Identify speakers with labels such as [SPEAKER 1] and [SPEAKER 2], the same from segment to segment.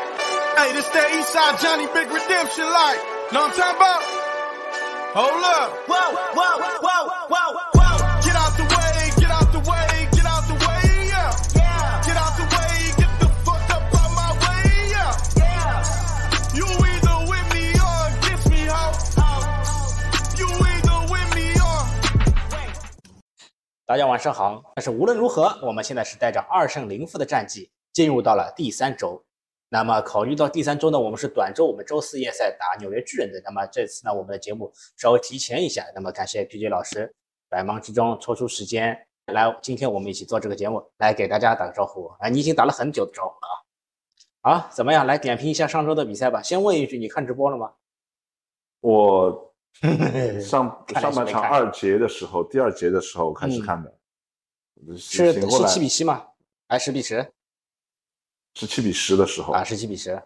[SPEAKER 1] Hey, this that Eastside Johnny Big Redemption like. Know what I'm talking about? Hold up. Whoa, whoa, whoa, whoa, whoa. Get out the way, get out the way, get out the way, yeah. Yeah. Get out the way, get the fuck up out my way, yeah. Yeah. You either with me or against me, ho. You either with me or.
[SPEAKER 2] 大家晚上好，但是无论如何，我们现在是带着二胜零负的战绩进入到了第三周。那么考虑到第三周呢，我们是短周，我们周四夜赛打纽约巨人的。那么这次呢，我们的节目稍微提前一下。那么感谢 PJ 老师百忙之中抽出时间来，今天我们一起做这个节目，来给大家打个招呼。啊，你已经打了很久的招呼了啊。好，怎么样？来点评一下上周的比赛吧。先问一句，你看直播了 吗？
[SPEAKER 3] 我上
[SPEAKER 2] 看来是
[SPEAKER 3] 上半
[SPEAKER 2] 没
[SPEAKER 3] 场
[SPEAKER 2] 看
[SPEAKER 3] 二节的时候，第二节的时候开始
[SPEAKER 2] 嗯
[SPEAKER 3] 看的，
[SPEAKER 2] 是
[SPEAKER 3] 醒过
[SPEAKER 2] 是
[SPEAKER 3] 来
[SPEAKER 2] 七比七吗？还是十比十？
[SPEAKER 3] 是七比十的时候
[SPEAKER 2] 啊，十七比十。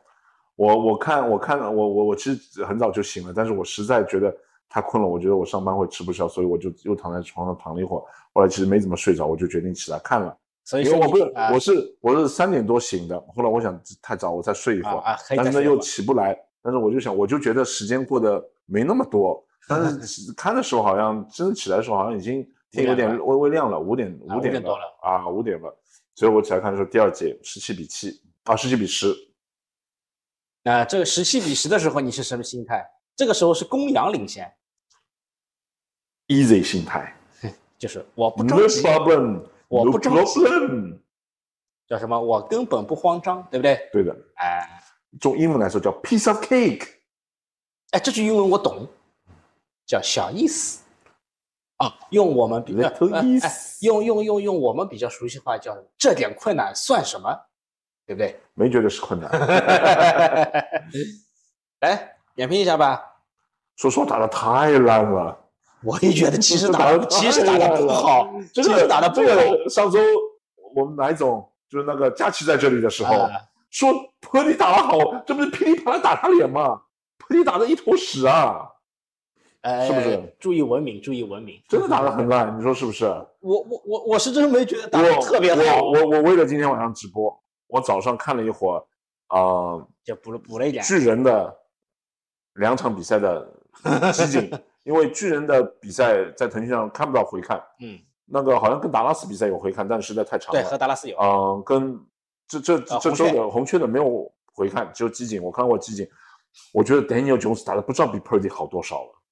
[SPEAKER 3] 我我看我看我我我其实很早就醒了，但是我实在觉得太困了，我觉得我上班会吃不消，所以我就又躺在床上躺了一会儿。后来其实没怎么睡着，我就决定起来看了，
[SPEAKER 2] 所以
[SPEAKER 3] 因为
[SPEAKER 2] 说你
[SPEAKER 3] 我不是
[SPEAKER 2] 啊
[SPEAKER 3] 我是我是三点多醒的，后来我想太早我再睡一会
[SPEAKER 2] 啊
[SPEAKER 3] 儿，
[SPEAKER 2] 啊，可以
[SPEAKER 3] 但
[SPEAKER 2] 再
[SPEAKER 3] 是呢
[SPEAKER 2] 说
[SPEAKER 3] 又
[SPEAKER 2] 吧
[SPEAKER 3] 起不来。但是我就想，我就觉得时间过得没那么 多，但是看的时候好像真的起来的时候好像已经天有
[SPEAKER 2] 点
[SPEAKER 3] 点
[SPEAKER 2] 了
[SPEAKER 3] 微微亮了，五点
[SPEAKER 2] 啊
[SPEAKER 3] 五点
[SPEAKER 2] 5点多了
[SPEAKER 3] 啊，五点了。所以我起来看的时候，第二节十七比七啊，十七比十，
[SPEAKER 2] 那、这个十七比十的时候，你是什么心态？这个时候是公羊领先，
[SPEAKER 3] easy 心态
[SPEAKER 2] 就是我不着
[SPEAKER 3] ，no
[SPEAKER 2] 急，
[SPEAKER 3] problem，
[SPEAKER 2] 我
[SPEAKER 3] no
[SPEAKER 2] 不着急
[SPEAKER 3] problem。
[SPEAKER 2] 叫什么？我根本不慌张，对不对？
[SPEAKER 3] 对的，
[SPEAKER 2] 哎
[SPEAKER 3] 用英文来说叫 piece of cake，
[SPEAKER 2] 哎，这句英文我懂，叫小意思啊。用我们比较、
[SPEAKER 3] Little
[SPEAKER 2] 呃
[SPEAKER 3] 意
[SPEAKER 2] 哎
[SPEAKER 3] 思
[SPEAKER 2] 用用用用我们比较熟悉话叫这点困难算什么，对不对？
[SPEAKER 3] 没觉得是困难。
[SPEAKER 2] 来点哎评一下吧。
[SPEAKER 3] 说说打的太烂了，
[SPEAKER 2] 我也觉得骑士
[SPEAKER 3] 这
[SPEAKER 2] 打
[SPEAKER 3] 打得
[SPEAKER 2] 骑士打
[SPEAKER 3] 太
[SPEAKER 2] 的
[SPEAKER 3] 烂
[SPEAKER 2] 不
[SPEAKER 3] 了
[SPEAKER 2] 好，骑
[SPEAKER 3] 这
[SPEAKER 2] 士
[SPEAKER 3] 个
[SPEAKER 2] 打的不
[SPEAKER 3] 这
[SPEAKER 2] 好。
[SPEAKER 3] 个上周我们哪一种就是那个佳琪在这里的时候。
[SPEAKER 2] 啊
[SPEAKER 3] 说和你打得好，这不是噼里啪啦打他脸吗？和你打得一坨屎啊，
[SPEAKER 2] 呃，
[SPEAKER 3] 是不是？
[SPEAKER 2] 注意文明，注意文明。
[SPEAKER 3] 真的打得很烂，你说是不是？
[SPEAKER 2] 我我我我是真没觉得嗯打的
[SPEAKER 3] 我
[SPEAKER 2] 特别好
[SPEAKER 3] 我，我我为了今天晚上直播，我早上看了一会儿啊、呃
[SPEAKER 2] 就补了补了一点。
[SPEAKER 3] 巨人的两场比赛的 集锦，因为巨人的比赛在腾讯上看不到回看，
[SPEAKER 2] 嗯，
[SPEAKER 3] 那个好像跟达拉斯比赛有回看，但实在太长
[SPEAKER 2] 对，
[SPEAKER 3] 了。
[SPEAKER 2] 和达拉斯有。
[SPEAKER 3] 嗯，跟这这
[SPEAKER 2] 啊
[SPEAKER 3] 这
[SPEAKER 2] 红
[SPEAKER 3] 周
[SPEAKER 2] 雀
[SPEAKER 3] 的呃红雀的没有回看，只有集锦。我看过集锦，我觉得 Daniel Jones 打的不知道比 Purdy 好多少了。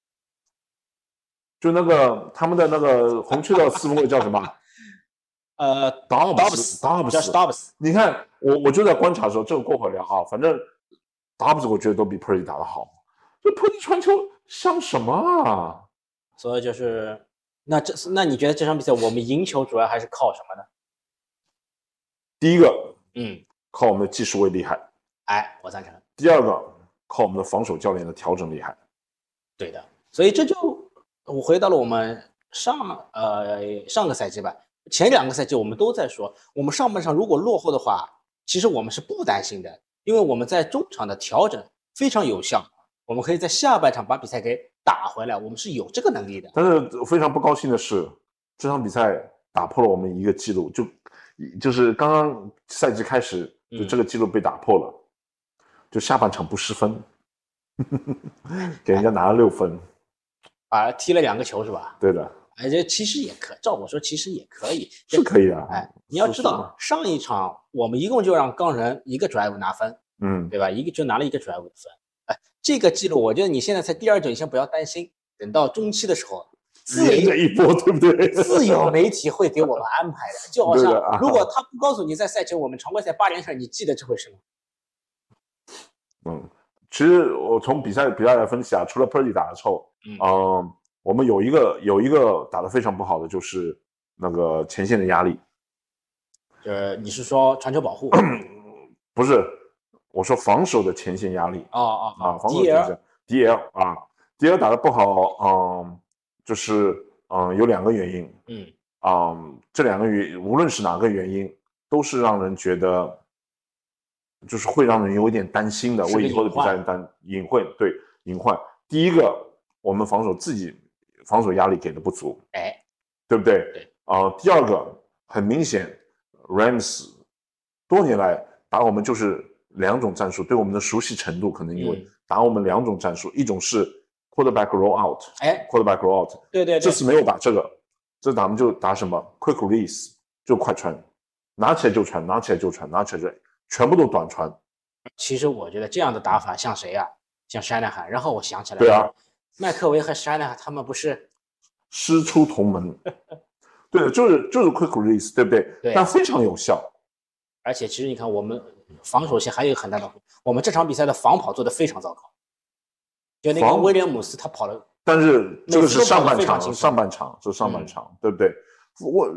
[SPEAKER 3] 就那个他们的那个红雀的四分卫叫什么
[SPEAKER 2] 呃
[SPEAKER 3] Dobbs Dobbs
[SPEAKER 2] ，Dobbs，Josh Dobbs，
[SPEAKER 3] 你看我我就在观察的时候，这个过会儿聊啊，反正 Dobbs 我觉得都比 Purdy 打的好。这 Purdy 传球像什么啊？
[SPEAKER 2] 所以就是那这那你觉得这场比赛我们赢球主要还是靠什么呢？
[SPEAKER 3] 第一个
[SPEAKER 2] 嗯，
[SPEAKER 3] 靠我们的技术位厉害，
[SPEAKER 2] 哎，我赞成，
[SPEAKER 3] 第二个靠我们的防守教练的调整厉害。
[SPEAKER 2] 对的。所以这就我回到了我们上呃上个赛季吧，前两个赛季我们都在说，我们上半场如果落后的话，其实我们是不担心的，因为我们在中场的调整非常有效，我们可以在下半场把比赛给打回来，我们是有这个能力的。
[SPEAKER 3] 但是非常不高兴的是，这场比赛打破了我们一个记录，就就是刚刚赛季开始，就
[SPEAKER 2] 嗯
[SPEAKER 3] 这个记录被打破了，就下半场不失分， 给人家拿了六分。
[SPEAKER 2] 啊，踢了两个球是吧？
[SPEAKER 3] 对的，
[SPEAKER 2] 哎，这其实也可，照我说，其实也可以。
[SPEAKER 3] 是可以啊。
[SPEAKER 2] 哎，你要
[SPEAKER 3] 是
[SPEAKER 2] 知
[SPEAKER 3] 是
[SPEAKER 2] 道，上一场我们一共就让钢人一个 drive 拿分，
[SPEAKER 3] 嗯，
[SPEAKER 2] 对吧？一个就拿了一个 drive 的分。哎，这个记录，我觉得你现在才第二九，你先不要担心，等到中期的时候，自
[SPEAKER 3] 连
[SPEAKER 2] 有
[SPEAKER 3] 着一波，对不对？
[SPEAKER 2] 自有媒体会给我们安排的。就好
[SPEAKER 3] 对
[SPEAKER 2] 像
[SPEAKER 3] 的啊
[SPEAKER 2] 如果他不告诉你在赛前我们常规赛八连胜，你记得这回事吗？
[SPEAKER 3] 嗯， 其实我从比赛比赛来分析啊，除了 Purdy 打的臭，
[SPEAKER 2] 嗯
[SPEAKER 3] 呃我们有一个有一个打得非常不好的，就是那个前线的压力。
[SPEAKER 2] 就是你是说传球保 护？啊
[SPEAKER 3] 不是，我说防守的前线压力
[SPEAKER 2] 哦哦
[SPEAKER 3] 啊，
[SPEAKER 2] 哦
[SPEAKER 3] 防守前
[SPEAKER 2] DL
[SPEAKER 3] 线 DL 啊，DL 打得不好，嗯，就是嗯有两个原因，
[SPEAKER 2] 嗯
[SPEAKER 3] 嗯，这两个原无论是哪个原因，都是让人觉得，就是会让人有一点担心的，
[SPEAKER 2] 是个
[SPEAKER 3] 为以后的
[SPEAKER 2] 隐
[SPEAKER 3] 比赛
[SPEAKER 2] 患
[SPEAKER 3] 担隐患，对隐患。第一个，我们防守自己防守压力给的不足，
[SPEAKER 2] 哎，
[SPEAKER 3] 对不对？
[SPEAKER 2] 对。
[SPEAKER 3] 啊、第二个很明显，Rams 多年来打我们就是两种战术，对我们的熟悉程度可能因为
[SPEAKER 2] 嗯
[SPEAKER 3] 打我们两种战术，一种是 quarterback roll out，quarterback
[SPEAKER 2] 哎，
[SPEAKER 3] roll out，
[SPEAKER 2] 对对
[SPEAKER 3] 这
[SPEAKER 2] 对，
[SPEAKER 3] 次没有打这个，这咱们就打什么 quick release，就快传，拿起来就传，拿起来就传，拿起来就全部都短传。
[SPEAKER 2] 其实我觉得这样的打法像谁啊？像 Shanahan。然后我想起来了，
[SPEAKER 3] 对啊，
[SPEAKER 2] 麦克维和 Shanahan 他们不是
[SPEAKER 3] 师出同门。 对的，就是就是 quick release，对不对？
[SPEAKER 2] 对
[SPEAKER 3] 但非常有效。
[SPEAKER 2] 而且其实你看，我们防守线还有一个很大的，我们这场比赛的防跑做得非常糟糕。就那个
[SPEAKER 3] 防
[SPEAKER 2] 威廉姆斯，他跑了，
[SPEAKER 3] 但是这个是上半
[SPEAKER 2] 每次都跑得非常嗯
[SPEAKER 3] 场，
[SPEAKER 2] 轻松
[SPEAKER 3] 上半场这上半场，对不对？我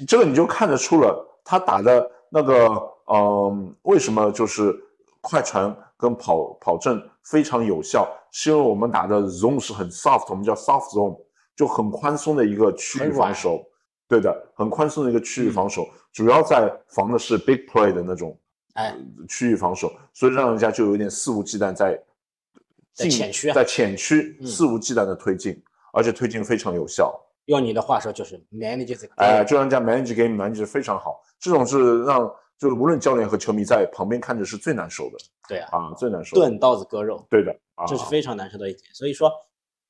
[SPEAKER 3] 你这个你就看得出了，他打的那个，嗯、为什么就是快传跟跑跑阵非常有效，是因为我们打的 zone 是很 soft，我们叫 soft zone，就很宽松的一个区域
[SPEAKER 2] 很软嗯
[SPEAKER 3] 防守。对的，很宽松的一个区域防守，主要在防的是 big play 的那种
[SPEAKER 2] 哎，
[SPEAKER 3] 区域防守，所以让人家就有点肆无忌惮在
[SPEAKER 2] 在
[SPEAKER 3] 进
[SPEAKER 2] 浅区啊
[SPEAKER 3] 在浅区
[SPEAKER 2] 嗯
[SPEAKER 3] 肆无忌惮的推进，而且推进非常有效。
[SPEAKER 2] 用你的话说就是 manage the game，
[SPEAKER 3] 哎、就让人家 manage game manage 得非常好，这种是让就是无论教练和球迷在旁边看着是最难受的
[SPEAKER 2] 对啊，
[SPEAKER 3] 啊，最难受的。
[SPEAKER 2] 钝刀子割肉，
[SPEAKER 3] 对的啊，
[SPEAKER 2] 这是非常难受的一点。所以说，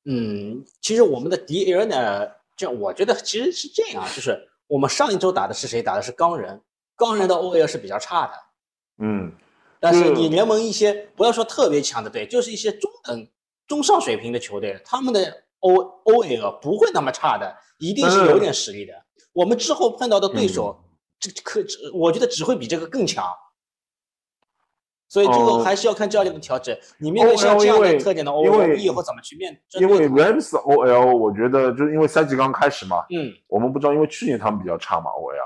[SPEAKER 2] 嗯，其实我们的迪尔呢，这我觉得其实是这样啊，就是我们上一周打的是谁？打的是钢人，钢人的 OL 是比较差的，
[SPEAKER 3] 嗯，
[SPEAKER 2] 但是
[SPEAKER 3] 嗯
[SPEAKER 2] 你联盟一些不要说特别强的队，就是一些中等、中上水平的球队，他们的 O O L 不会那么差的，一定是
[SPEAKER 3] 嗯
[SPEAKER 2] 有点实力的。我们之后碰到的对手，这这可只我觉得只会比这个更强。所以这
[SPEAKER 3] 哦
[SPEAKER 2] 个还是要看教练的调整。你面对像
[SPEAKER 3] OL
[SPEAKER 2] 这样
[SPEAKER 3] 因为
[SPEAKER 2] 的特点的 O
[SPEAKER 3] 因
[SPEAKER 2] L，
[SPEAKER 3] 为
[SPEAKER 2] 你以后怎么去面针
[SPEAKER 3] 因为
[SPEAKER 2] 对它？
[SPEAKER 3] Rams OL，我觉得就是因为赛季刚开始嘛，
[SPEAKER 2] 嗯，
[SPEAKER 3] 我们不知道，因为去年他们比较差嘛 OL，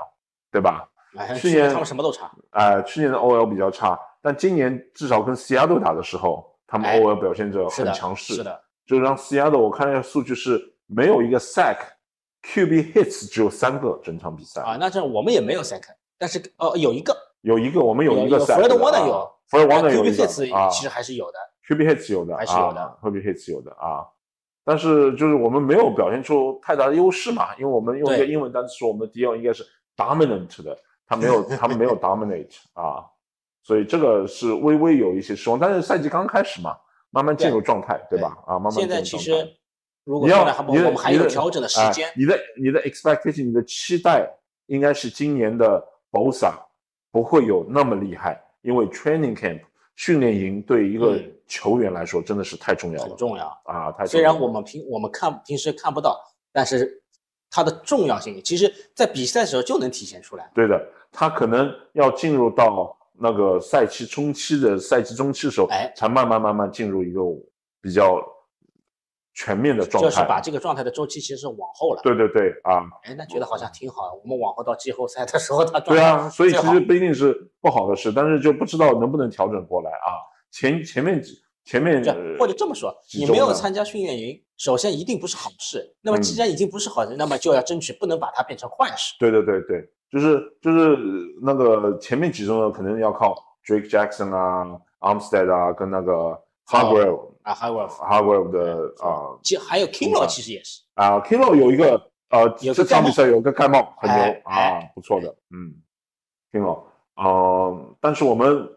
[SPEAKER 3] 对吧？
[SPEAKER 2] 哎，
[SPEAKER 3] 去
[SPEAKER 2] 他
[SPEAKER 3] 年
[SPEAKER 2] 们什么都差。
[SPEAKER 3] 呃，去年的 OL 比较差，但今年至少跟 C 亚豆打的时候，他们
[SPEAKER 2] 哎
[SPEAKER 3] OL 表现着
[SPEAKER 2] 是
[SPEAKER 3] 很
[SPEAKER 2] 的，
[SPEAKER 3] 强势，
[SPEAKER 2] 是的，
[SPEAKER 3] 就让 C 亚豆，我看了一下数据是没有一个 sack，QB hits 只有三个，整场比赛
[SPEAKER 2] 啊，那这样我们也没有 second，但是呃有一个
[SPEAKER 3] 有一个，我们
[SPEAKER 2] 有
[SPEAKER 3] 一个
[SPEAKER 2] 有
[SPEAKER 3] sack，
[SPEAKER 2] Fred
[SPEAKER 3] 的
[SPEAKER 2] Warner
[SPEAKER 3] 啊
[SPEAKER 2] 有
[SPEAKER 3] ，Fred Warner 有
[SPEAKER 2] QB
[SPEAKER 3] 一个
[SPEAKER 2] hits
[SPEAKER 3] 啊
[SPEAKER 2] 其实还是有的。
[SPEAKER 3] ，QB hits 有的，
[SPEAKER 2] 还是有的
[SPEAKER 3] 啊，QB hits 有的啊。但是就是我们没有表现出太大的优势嘛，因为我们用一个
[SPEAKER 2] 对
[SPEAKER 3] 英文单词说我们的 DL 应该是 dominant 的，他没有他们没有 dominate 啊，所以这个是微微有一些失望，但是赛季刚开始嘛，慢慢进入状态，对
[SPEAKER 2] 对
[SPEAKER 3] 吧？啊，慢慢进
[SPEAKER 2] 现
[SPEAKER 3] 入
[SPEAKER 2] 在
[SPEAKER 3] 状
[SPEAKER 2] 其
[SPEAKER 3] 态
[SPEAKER 2] 实，如果
[SPEAKER 3] 你
[SPEAKER 2] 说
[SPEAKER 3] 要
[SPEAKER 2] 呢，还不
[SPEAKER 3] 你
[SPEAKER 2] 我
[SPEAKER 3] 的
[SPEAKER 2] 们还
[SPEAKER 3] 你
[SPEAKER 2] 有
[SPEAKER 3] 的
[SPEAKER 2] 调整的时
[SPEAKER 3] 哎
[SPEAKER 2] 间。
[SPEAKER 3] 你的你的 expectation，你的期待应该是今年的 Bosa 不会有那么厉害，因为 training camp 训练营对一个
[SPEAKER 2] 嗯
[SPEAKER 3] 球员来说真的是太重要了
[SPEAKER 2] 很重要。
[SPEAKER 3] 啊！太重要了
[SPEAKER 2] 虽然我们平我们看平时看不到，但是它的重要性，其实在比赛的时候就能体现出来。
[SPEAKER 3] 对的，他可能要进入到那个赛期中期的赛季中期的时候，
[SPEAKER 2] 哎
[SPEAKER 3] 才慢慢慢慢进入一个比较全面的状
[SPEAKER 2] 就
[SPEAKER 3] 态。
[SPEAKER 2] 是把这个状态的周期其实往后了。
[SPEAKER 3] 对对对啊，
[SPEAKER 2] 哎，那觉得好像挺好。我们往后到季后赛的时候，它状
[SPEAKER 3] 对
[SPEAKER 2] 态
[SPEAKER 3] 啊，所以
[SPEAKER 2] 最
[SPEAKER 3] 其
[SPEAKER 2] 好
[SPEAKER 3] 实不一定是不好的事，但是就不知道能不能调整过来啊。前前面几前面
[SPEAKER 2] 这
[SPEAKER 3] 呃
[SPEAKER 2] 啊或者这么说，
[SPEAKER 3] 集
[SPEAKER 2] 你
[SPEAKER 3] 中
[SPEAKER 2] 没有
[SPEAKER 3] 了
[SPEAKER 2] 参加训练营，首先一定不是好事。那么
[SPEAKER 3] 嗯
[SPEAKER 2] 既然已经不是好事，那么就要争取不能把它变成坏事。
[SPEAKER 3] 对对对对，就是就是那个前面几周呢，可能要靠 Drake Jackson 啊、Armstead 啊跟那
[SPEAKER 2] 哦
[SPEAKER 3] 个 Hargrave、
[SPEAKER 2] 啊，还有
[SPEAKER 3] Hargrave 的
[SPEAKER 2] 嗯
[SPEAKER 3] 啊
[SPEAKER 2] 其还有 k i n l o 其实也是，
[SPEAKER 3] 啊 k i l o 有一个呃
[SPEAKER 2] 哎有
[SPEAKER 3] 这
[SPEAKER 2] 个
[SPEAKER 3] 场
[SPEAKER 2] 盖帽
[SPEAKER 3] 比赛有个盖帽很牛
[SPEAKER 2] 哎
[SPEAKER 3] 啊，不错的，嗯 k i l o 呃，但是我们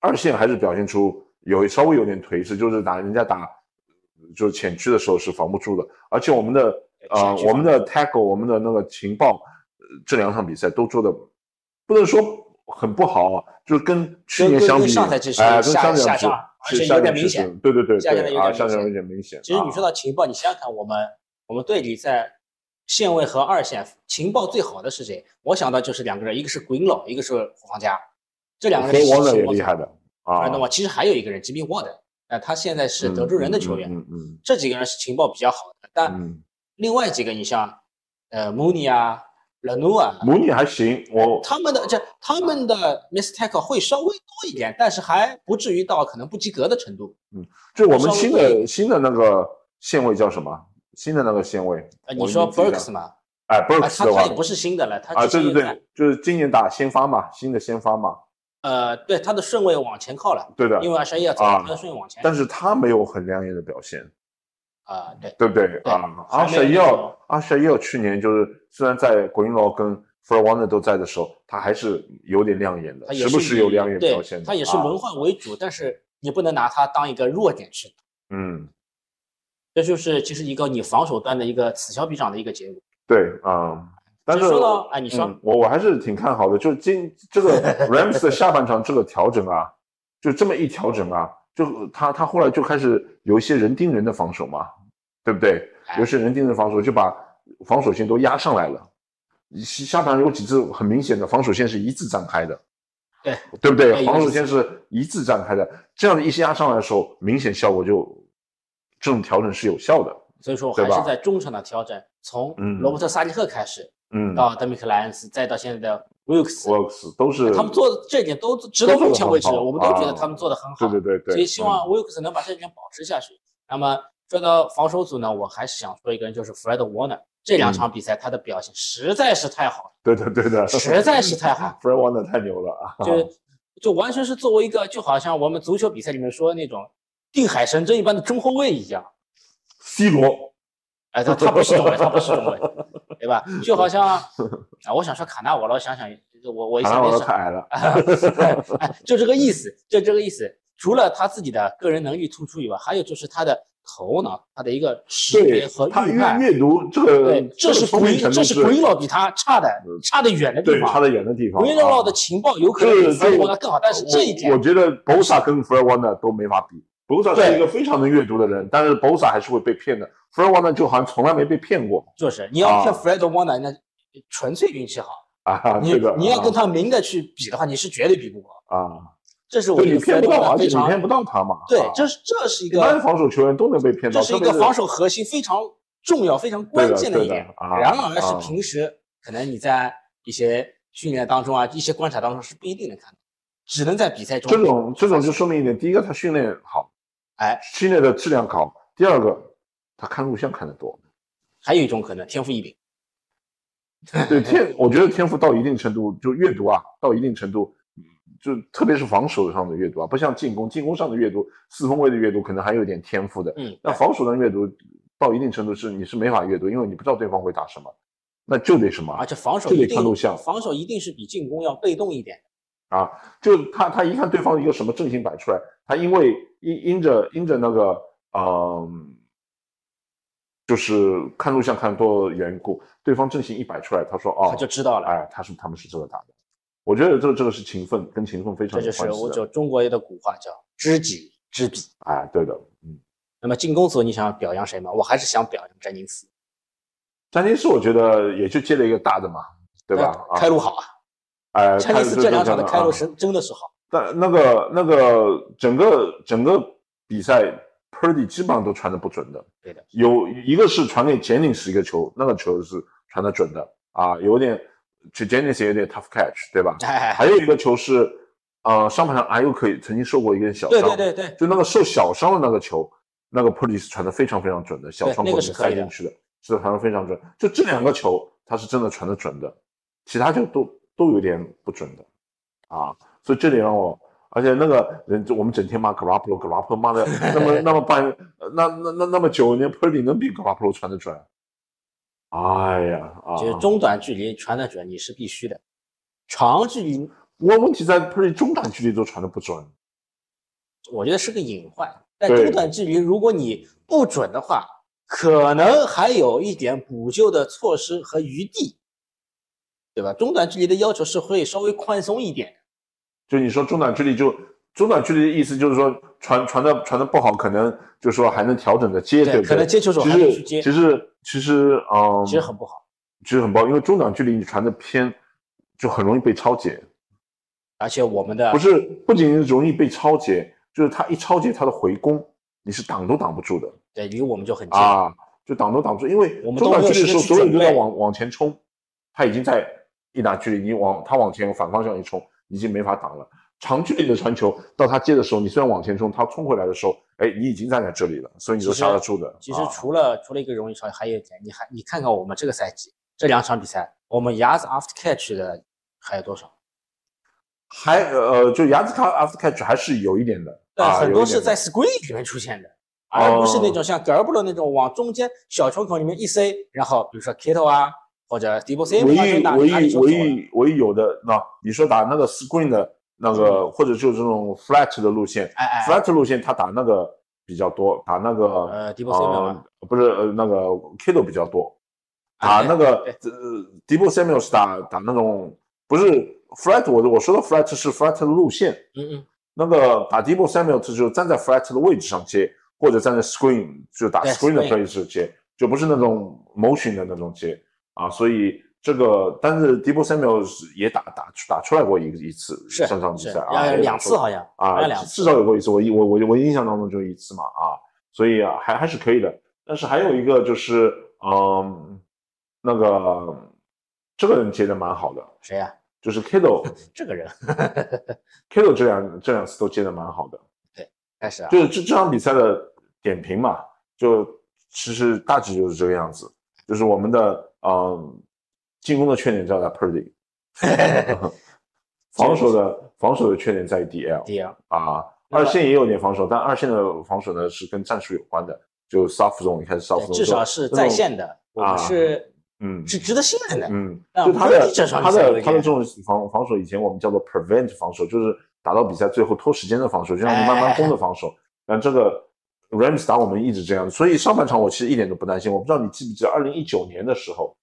[SPEAKER 3] 二线还是表现出有稍微有点颓势，就是打人家打就是浅区的时候是防不住的，而且我们的呃
[SPEAKER 2] 浅区
[SPEAKER 3] 我
[SPEAKER 2] 防
[SPEAKER 3] 们的 tackle 我们的那个情报、呃这两场比赛都做的不能说很不好啊，就是跟去
[SPEAKER 2] 跟
[SPEAKER 3] 年
[SPEAKER 2] 跟
[SPEAKER 3] 相
[SPEAKER 2] 跟
[SPEAKER 3] 比，
[SPEAKER 2] 上赛季是
[SPEAKER 3] 哎，跟
[SPEAKER 2] 下
[SPEAKER 3] 上
[SPEAKER 2] 下
[SPEAKER 3] 赛季
[SPEAKER 2] 降
[SPEAKER 3] 是
[SPEAKER 2] 而且
[SPEAKER 3] 下
[SPEAKER 2] 有
[SPEAKER 3] 降
[SPEAKER 2] 点
[SPEAKER 3] 趋
[SPEAKER 2] 明
[SPEAKER 3] 势
[SPEAKER 2] 显
[SPEAKER 3] 对对对
[SPEAKER 2] 下降
[SPEAKER 3] 对
[SPEAKER 2] 有
[SPEAKER 3] 啊，
[SPEAKER 2] 点
[SPEAKER 3] 下
[SPEAKER 2] 明
[SPEAKER 3] 降有
[SPEAKER 2] 显
[SPEAKER 3] 点明显。
[SPEAKER 2] 其实你
[SPEAKER 3] 啊
[SPEAKER 2] 说到情报，你想想看，我们我们队里在县尉和二线情报最好的是谁？我想到就是两个人，一个是 Greenlaw，一个是胡方家，这两个人
[SPEAKER 3] Fred
[SPEAKER 2] 是
[SPEAKER 3] Warner
[SPEAKER 2] 情
[SPEAKER 3] 也
[SPEAKER 2] 报
[SPEAKER 3] 厉
[SPEAKER 2] 最
[SPEAKER 3] 害的啊，
[SPEAKER 2] 那么其实还有一个人 Jimmy Ward，呃，他现在是德州人的球员，啊
[SPEAKER 3] 嗯嗯
[SPEAKER 2] 这几个人是情报比较好的，
[SPEAKER 3] 嗯
[SPEAKER 2] 但
[SPEAKER 3] 嗯，
[SPEAKER 2] 另外几个你像呃 Mooney 啊、Lanu 啊，
[SPEAKER 3] 母女还行，我
[SPEAKER 2] 他们的这他们
[SPEAKER 3] 啊
[SPEAKER 2] 的 mistake 会稍微多一点，但是还不至于到可能不及格的程度。
[SPEAKER 3] 就我们
[SPEAKER 2] 稍微
[SPEAKER 3] 新
[SPEAKER 2] 会
[SPEAKER 3] 的新的那个线位叫什么？新的那个线位，
[SPEAKER 2] 呃，你
[SPEAKER 3] 我
[SPEAKER 2] 说
[SPEAKER 3] 已经记得
[SPEAKER 2] Burks 嘛？
[SPEAKER 3] 哎
[SPEAKER 2] 啊，
[SPEAKER 3] ，Burks
[SPEAKER 2] 他
[SPEAKER 3] 的
[SPEAKER 2] 他也不
[SPEAKER 3] 话，
[SPEAKER 2] 是新的了，他
[SPEAKER 3] 啊，
[SPEAKER 2] 之前
[SPEAKER 3] 对对
[SPEAKER 2] 也在
[SPEAKER 3] 对，就是今年打先发嘛，新的先发嘛，
[SPEAKER 2] 呃，对他的顺位往前靠了，
[SPEAKER 3] 对的
[SPEAKER 2] 因。为阿山要走
[SPEAKER 3] 啊
[SPEAKER 2] 了，他的顺位往前。
[SPEAKER 3] 但是他没有很亮眼的表现，
[SPEAKER 2] 啊，对，
[SPEAKER 3] 对不对
[SPEAKER 2] 对
[SPEAKER 3] 啊？
[SPEAKER 2] 还
[SPEAKER 3] 阿
[SPEAKER 2] 没有
[SPEAKER 3] 舍耶
[SPEAKER 2] 那
[SPEAKER 3] 尔
[SPEAKER 2] 种，
[SPEAKER 3] 阿舍耶尔去年就是虽然在 Greenlaw 跟弗尔旺德都在的时候，他还是有点亮眼的，
[SPEAKER 2] 他也
[SPEAKER 3] 时不
[SPEAKER 2] 是
[SPEAKER 3] 时有
[SPEAKER 2] 以
[SPEAKER 3] 亮眼
[SPEAKER 2] 对
[SPEAKER 3] 表现的。
[SPEAKER 2] 他也是轮
[SPEAKER 3] 啊，
[SPEAKER 2] 换为主，但是你不能拿他当一个弱点去打，
[SPEAKER 3] 嗯，
[SPEAKER 2] 这就是其实一个你防守端的一个此消彼长的一个结果。
[SPEAKER 3] 对啊。但
[SPEAKER 2] 只
[SPEAKER 3] 是
[SPEAKER 2] 说到哎，你说、
[SPEAKER 3] 嗯，我我还是挺看好的。就是今这个 Rams 的下半场这个调整啊，就这么一调整啊，就他他后来就开始有一些人盯人的防守嘛，对不对？
[SPEAKER 2] 哎
[SPEAKER 3] 有些人盯人的防守就把防守线都压上来了。下下半场有几次很明显的防守线是一字展开的，
[SPEAKER 2] 对
[SPEAKER 3] 对不
[SPEAKER 2] 对
[SPEAKER 3] 对？
[SPEAKER 2] 有
[SPEAKER 3] 防
[SPEAKER 2] 几
[SPEAKER 3] 守
[SPEAKER 2] 次
[SPEAKER 3] 线是一字展开的，这样的一压上来的时候，明显效果就这种调整是有效的。
[SPEAKER 2] 所以说我
[SPEAKER 3] 对
[SPEAKER 2] 还
[SPEAKER 3] 吧
[SPEAKER 2] 是在中场的调整，从
[SPEAKER 3] 嗯
[SPEAKER 2] 罗伯特·萨尼克开始，
[SPEAKER 3] 嗯
[SPEAKER 2] 到德米克·莱恩斯，再到现在的 Wilkes，
[SPEAKER 3] ，Works 都是
[SPEAKER 2] 哎他们做的这一点都值
[SPEAKER 3] 都
[SPEAKER 2] 得
[SPEAKER 3] 做得
[SPEAKER 2] 目前为止，
[SPEAKER 3] 很好
[SPEAKER 2] 我们都觉得
[SPEAKER 3] 啊
[SPEAKER 2] 他们做的很好。
[SPEAKER 3] 对对对对，
[SPEAKER 2] 所以希望
[SPEAKER 3] 嗯
[SPEAKER 2] Wilkes 能把这一点保持下去。那么说到防守组呢，我还是想说一个人，就是 Fred Warner。这
[SPEAKER 3] 嗯
[SPEAKER 2] 两场比赛他的表现实在是太好
[SPEAKER 3] 对对对的，
[SPEAKER 2] 了，实在是太 好了。
[SPEAKER 3] f r e d Warner 太牛了啊！
[SPEAKER 2] 就就完全是作为一个就好像我们足球比赛里面说的那种定海神针一般的中后卫一样。
[SPEAKER 3] C 罗，
[SPEAKER 2] 哎，他他不是中卫，他不是中卫，对吧？就好 像啊，我想说卡纳瓦罗，想想我我一
[SPEAKER 3] 卡
[SPEAKER 2] 下
[SPEAKER 3] 纳瓦
[SPEAKER 2] 没
[SPEAKER 3] 罗
[SPEAKER 2] 想
[SPEAKER 3] 太矮了，
[SPEAKER 2] 哎，就这个意思，就这个意思。除了他自己的个人能力突出以外，还有就是他的头脑，他的一个识别
[SPEAKER 3] 对
[SPEAKER 2] 呃和，
[SPEAKER 3] 他
[SPEAKER 2] 预判。
[SPEAKER 3] 阅阅读这个
[SPEAKER 2] 对，，这是
[SPEAKER 3] 个聪
[SPEAKER 2] 古
[SPEAKER 3] 明
[SPEAKER 2] 因，
[SPEAKER 3] 程
[SPEAKER 2] 这
[SPEAKER 3] 度
[SPEAKER 2] 是古因老比他差的
[SPEAKER 3] 嗯
[SPEAKER 2] 差得远的地
[SPEAKER 3] 对差
[SPEAKER 2] 方。
[SPEAKER 3] 得远的地方。
[SPEAKER 2] 古因老的情报有可能
[SPEAKER 3] 这
[SPEAKER 2] 比弗兰
[SPEAKER 3] 这
[SPEAKER 2] 博纳更好，但是这一
[SPEAKER 3] 我
[SPEAKER 2] 点
[SPEAKER 3] 我觉得 Bosa 跟 f r e d Warner 都没法比。Bosa
[SPEAKER 2] 对
[SPEAKER 3] 是一个非常能阅读的人，但是 Bosa 还是会被骗的。f r e d Warner 就好像从来没被骗过
[SPEAKER 2] 就是你要
[SPEAKER 3] 啊
[SPEAKER 2] 骗 Fred Warner，那纯粹运气好。
[SPEAKER 3] 啊，
[SPEAKER 2] 你
[SPEAKER 3] 这个
[SPEAKER 2] 你要跟
[SPEAKER 3] 啊
[SPEAKER 2] 他明的去比的话，你是绝对比不过。
[SPEAKER 3] 啊，
[SPEAKER 2] 这是我
[SPEAKER 3] 就
[SPEAKER 2] 觉
[SPEAKER 3] 你
[SPEAKER 2] 得
[SPEAKER 3] 骗
[SPEAKER 2] Fred
[SPEAKER 3] 不到，而
[SPEAKER 2] Warner
[SPEAKER 3] 且
[SPEAKER 2] 非
[SPEAKER 3] 你骗
[SPEAKER 2] 常
[SPEAKER 3] 不到他嘛。
[SPEAKER 2] 对
[SPEAKER 3] 啊，
[SPEAKER 2] 这是这是一
[SPEAKER 3] 一般
[SPEAKER 2] 个
[SPEAKER 3] 防守球员都能被骗到，
[SPEAKER 2] 这是一
[SPEAKER 3] 特别
[SPEAKER 2] 个防守核心非常重要、非常关键一点
[SPEAKER 3] 对的。对的啊
[SPEAKER 2] 然而是
[SPEAKER 3] 啊
[SPEAKER 2] 平时可能你在一些训练当中啊、一些观察当中是不一定能看到，只能在比赛中。
[SPEAKER 3] 这种这种就说明一点，第一个他训练好，
[SPEAKER 2] 哎，
[SPEAKER 3] 训练的质量高；第二个他看录像看 得多。
[SPEAKER 2] 还有一种可能天赋异禀。
[SPEAKER 3] 对天，我觉得天赋到一定程度就阅读啊，到一定程度，就特别是防守上的阅读啊，不像进攻，进攻上的阅读，四分卫的阅读可能还有点天赋的，
[SPEAKER 2] 嗯，
[SPEAKER 3] 那防守上的阅读到一定程度是你是没法阅读，因为你不知道对方会打什么，那就得什么
[SPEAKER 2] 而且防守
[SPEAKER 3] 这得
[SPEAKER 2] 一定
[SPEAKER 3] 看录像
[SPEAKER 2] 防守一定是比进攻要被动一点。
[SPEAKER 3] 啊，就他他一看对方一个什么阵型摆出来，他因为因因着因着那个嗯、就是看录像看多的缘故，对方阵型一摆出来，他说哦，
[SPEAKER 2] 他就知道了。
[SPEAKER 3] 哎，他是他们是这个打的。我觉得这这个是勤奋，跟勤奋非常
[SPEAKER 2] 这
[SPEAKER 3] 有
[SPEAKER 2] 就
[SPEAKER 3] 关系
[SPEAKER 2] 是
[SPEAKER 3] 的。
[SPEAKER 2] 我就中国有的古话叫知己知彼。
[SPEAKER 3] 哎，对的，嗯，
[SPEAKER 2] 那么进攻组你想表扬谁吗？我还是想表扬詹金斯，
[SPEAKER 3] 詹金斯我觉得也就接了一个大的嘛，对吧？
[SPEAKER 2] 呃开路好啊，
[SPEAKER 3] 啊，哎，
[SPEAKER 2] 詹
[SPEAKER 3] 开
[SPEAKER 2] 金
[SPEAKER 3] 路
[SPEAKER 2] 斯
[SPEAKER 3] 就
[SPEAKER 2] 这两场的
[SPEAKER 3] 样
[SPEAKER 2] 开路
[SPEAKER 3] 啊
[SPEAKER 2] 是真的是好，
[SPEAKER 3] 但那个那个整个整个比赛，Purdy 基本上都传的不准的。
[SPEAKER 2] 对的，
[SPEAKER 3] 有一个是传给 Jennings 一个球，那个球是传的准的啊，有点就 Jennings 有点 tough catch，对吧？
[SPEAKER 2] 哎，
[SPEAKER 3] 还有一个球是，呃，上半场阿尤可曾经受过一个小
[SPEAKER 2] 对
[SPEAKER 3] 伤，
[SPEAKER 2] 对对对，
[SPEAKER 3] 就那个受小伤的那个球，那个 Purdy 是传的非常非常准的，小
[SPEAKER 2] 对
[SPEAKER 3] 窗
[SPEAKER 2] 那
[SPEAKER 3] 口
[SPEAKER 2] 个
[SPEAKER 3] 里
[SPEAKER 2] 是
[SPEAKER 3] 面
[SPEAKER 2] 可
[SPEAKER 3] 塞
[SPEAKER 2] 以的
[SPEAKER 3] 进去的，是传的非常准。就这两个球，他是真的传的准的，其他球都都有点不准的啊。所以这点让我，而且那个人，我们整天骂 Garoppolo Garoppolo 骂的那么那么半呃那那那那么久，人家 Purdy 能比 Garoppolo 传的准？哎呀啊！
[SPEAKER 2] 就是中短距离传得准你是必须的，长距离
[SPEAKER 3] 问问题在 Purdy 中短距离都传的不准，
[SPEAKER 2] 我觉得是个隐患，但
[SPEAKER 3] 对
[SPEAKER 2] 中短距离如果你不准的话，可能还有一点补救的措施和余地，对吧？中短距离的要求是会稍微宽松一点的。
[SPEAKER 3] 就你说中短距离就中短距离的意思就是说传传的传的不好，可能就说还能调整着接，
[SPEAKER 2] 对
[SPEAKER 3] 对不对？
[SPEAKER 2] 可能接球手
[SPEAKER 3] 其
[SPEAKER 2] 还能
[SPEAKER 3] 实
[SPEAKER 2] 去接
[SPEAKER 3] 其实其实嗯，
[SPEAKER 2] 其实很不好，
[SPEAKER 3] 其实很不好，因为中短距离你传的偏，就很容易被超解，
[SPEAKER 2] 而且我们的
[SPEAKER 3] 不是不仅仅容易被超解，就是他一超解他的回攻你是挡都挡不住的
[SPEAKER 2] 对离我们就很近，
[SPEAKER 3] 啊，就挡都挡不住，因为
[SPEAKER 2] 我们都
[SPEAKER 3] 中短距离的时
[SPEAKER 2] 没有时间
[SPEAKER 3] 候
[SPEAKER 2] 去
[SPEAKER 3] 所有人都在
[SPEAKER 2] 准备
[SPEAKER 3] 往往前冲，他已经在一打距离，你往他往前反方向一冲，你已经没法挡了。长距离的传球到他接的时候，你虽然往前冲，他冲回来的时候，哎，你已经站在这里了，所以你都
[SPEAKER 2] 其实
[SPEAKER 3] 刹得住的。
[SPEAKER 2] 其实
[SPEAKER 3] 啊
[SPEAKER 2] 除了、除了一个容易超，还有一点，你还你看看我们这个赛季这两场比赛，我们 yards after catch 的还有多少？
[SPEAKER 3] 还呃，就牙子卡 after catch 还是有一点的，
[SPEAKER 2] 但
[SPEAKER 3] 啊
[SPEAKER 2] 很
[SPEAKER 3] 有
[SPEAKER 2] 多
[SPEAKER 3] 一点哦
[SPEAKER 2] 是
[SPEAKER 3] 的
[SPEAKER 2] 在 screen 里面出现的，而不是那种像 g a r b o 那种往中间小窗口里面一塞，然后比如说 Kittle 啊，或者 d e b o s
[SPEAKER 3] 唯
[SPEAKER 2] 发
[SPEAKER 3] 一
[SPEAKER 2] 生打
[SPEAKER 3] 唯
[SPEAKER 2] 哪里
[SPEAKER 3] 一
[SPEAKER 2] 出手
[SPEAKER 3] 唯
[SPEAKER 2] 了
[SPEAKER 3] 一唯一有的那你说打那个 screen 的那
[SPEAKER 2] 嗯
[SPEAKER 3] 个，或者就是这种 flat 的路线
[SPEAKER 2] 哎哎哎
[SPEAKER 3] ，flat 路线他打那个比较多，打那个
[SPEAKER 2] 呃 Debo Samuel
[SPEAKER 3] 呃
[SPEAKER 2] 吗
[SPEAKER 3] 不是呃那个 Kido 比较多，打
[SPEAKER 2] 啊
[SPEAKER 3] 那个
[SPEAKER 2] 对
[SPEAKER 3] 呃 Debo Samuel 是打打那种不是 flat，我我说的 flat 是 flat 的路线，
[SPEAKER 2] 嗯嗯，
[SPEAKER 3] 那个打 Debo Samuel 就是站在 flat 的位置上接，或者站在 screen 就打
[SPEAKER 2] 对
[SPEAKER 3] screen 的
[SPEAKER 2] screen
[SPEAKER 3] play 去接，就不是那种 motion 的那种接啊。所以这个，但是 Debo Samuel 是也打打打出来过一一次
[SPEAKER 2] 是
[SPEAKER 3] 上场比
[SPEAKER 2] 是
[SPEAKER 3] 赛啊，
[SPEAKER 2] 呃
[SPEAKER 3] 也打
[SPEAKER 2] 两
[SPEAKER 3] 出
[SPEAKER 2] 次好像好
[SPEAKER 3] 啊
[SPEAKER 2] 像，两次
[SPEAKER 3] 至少有过一次，我印我我我印象当中就一次嘛啊，所以啊还还是可以的。但是还有一个就是，嗯，那个这个人接的蛮好的，
[SPEAKER 2] 谁呀？
[SPEAKER 3] 就 是 Kido
[SPEAKER 2] 这个人
[SPEAKER 3] Kido 这两这两次都接的蛮好的。
[SPEAKER 2] 开始啊，
[SPEAKER 3] 就是这这场比赛的点评嘛，就其实大致就是这个样子，就是我们的嗯进攻的缺点叫在 Purdy，防守的防守的缺点在于 DL
[SPEAKER 2] 第二
[SPEAKER 3] 啊，
[SPEAKER 2] 那么
[SPEAKER 3] 二线也有点防守，但二线的防守呢是跟战术有关的，就 soft zone 一开始 soft
[SPEAKER 2] 对
[SPEAKER 3] zone，
[SPEAKER 2] 至少是在线的，我们
[SPEAKER 3] 啊
[SPEAKER 2] 是
[SPEAKER 3] 嗯
[SPEAKER 2] 是值得信任的。
[SPEAKER 3] 嗯，
[SPEAKER 2] 啊
[SPEAKER 3] 就他的
[SPEAKER 2] Purdy 这场
[SPEAKER 3] 他
[SPEAKER 2] 比赛有
[SPEAKER 3] 的
[SPEAKER 2] 一
[SPEAKER 3] 他的
[SPEAKER 2] 点
[SPEAKER 3] 这种防防守，以前我们叫做 prevent 防守，就是打到比赛最后拖时间的防守，就让你慢慢
[SPEAKER 2] 哎
[SPEAKER 3] 攻的防守。但这个 Rams 打我们一直这样，所以上半场我其实一点都不担心。我不知道你记不记得，二零一九年的时候，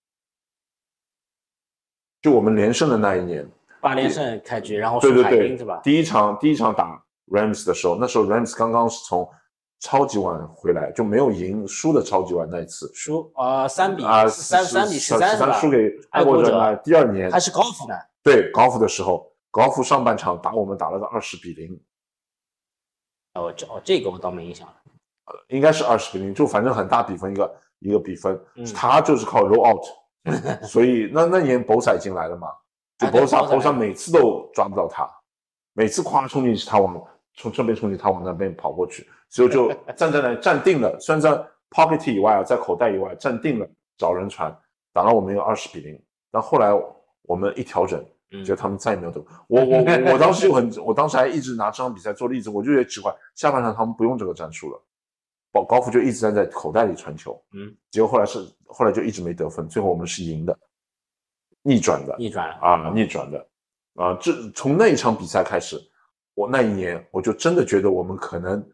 [SPEAKER 3] 就我们连胜的那一年，
[SPEAKER 2] 八连胜开局，然后
[SPEAKER 3] 对
[SPEAKER 2] 输
[SPEAKER 3] 对
[SPEAKER 2] 哦海鹰
[SPEAKER 3] 对
[SPEAKER 2] 是吧，？
[SPEAKER 3] 第一场第一场打 Rams 的时候，那时候 Rams 刚刚是从超级碗回来，就没有赢，输的超级碗那一次。
[SPEAKER 2] 输呃三比
[SPEAKER 3] 啊，
[SPEAKER 2] 三三比
[SPEAKER 3] 十
[SPEAKER 2] 十三是吧？
[SPEAKER 3] 输给爱
[SPEAKER 2] 爱
[SPEAKER 3] 国
[SPEAKER 2] 国
[SPEAKER 3] 者
[SPEAKER 2] 者
[SPEAKER 3] 那第二年
[SPEAKER 2] 啊还是高普呢？
[SPEAKER 3] 对高夫的时候，高夫上半场打我们打了个二十比零，
[SPEAKER 2] 哦，这哦这个我倒没印象了。
[SPEAKER 3] 应该是二十比零，就反正很大比分一个一个比分，
[SPEAKER 2] 嗯
[SPEAKER 3] 他就是靠 roll out，所 以那那年博塞进来了嘛，就
[SPEAKER 2] 啊对
[SPEAKER 3] 博萨
[SPEAKER 2] 博塞
[SPEAKER 3] 博萨每次都抓不到他，每次夸冲进去他往从这边冲进去他往那边跑过去，所以就站在那站定了，虽然在 pocket 以外啊，在口袋以外站定了找人传，打到我们有二十比零，但后来我们一调整。
[SPEAKER 2] 嗯
[SPEAKER 3] 就他们再也没有得过。我我我我当时就很，我当时还一直拿这场比赛做例子，我就觉得奇怪，下半场他们不用这个战术了，保高夫就一直站在口袋里传球，
[SPEAKER 2] 嗯，
[SPEAKER 3] 结果后来是后来就一直没得分，最后我们是赢的，逆转的
[SPEAKER 2] 逆转了，
[SPEAKER 3] 啊，逆转的啊，这从那一场比赛开始，我那一年我就真的觉得我们可能。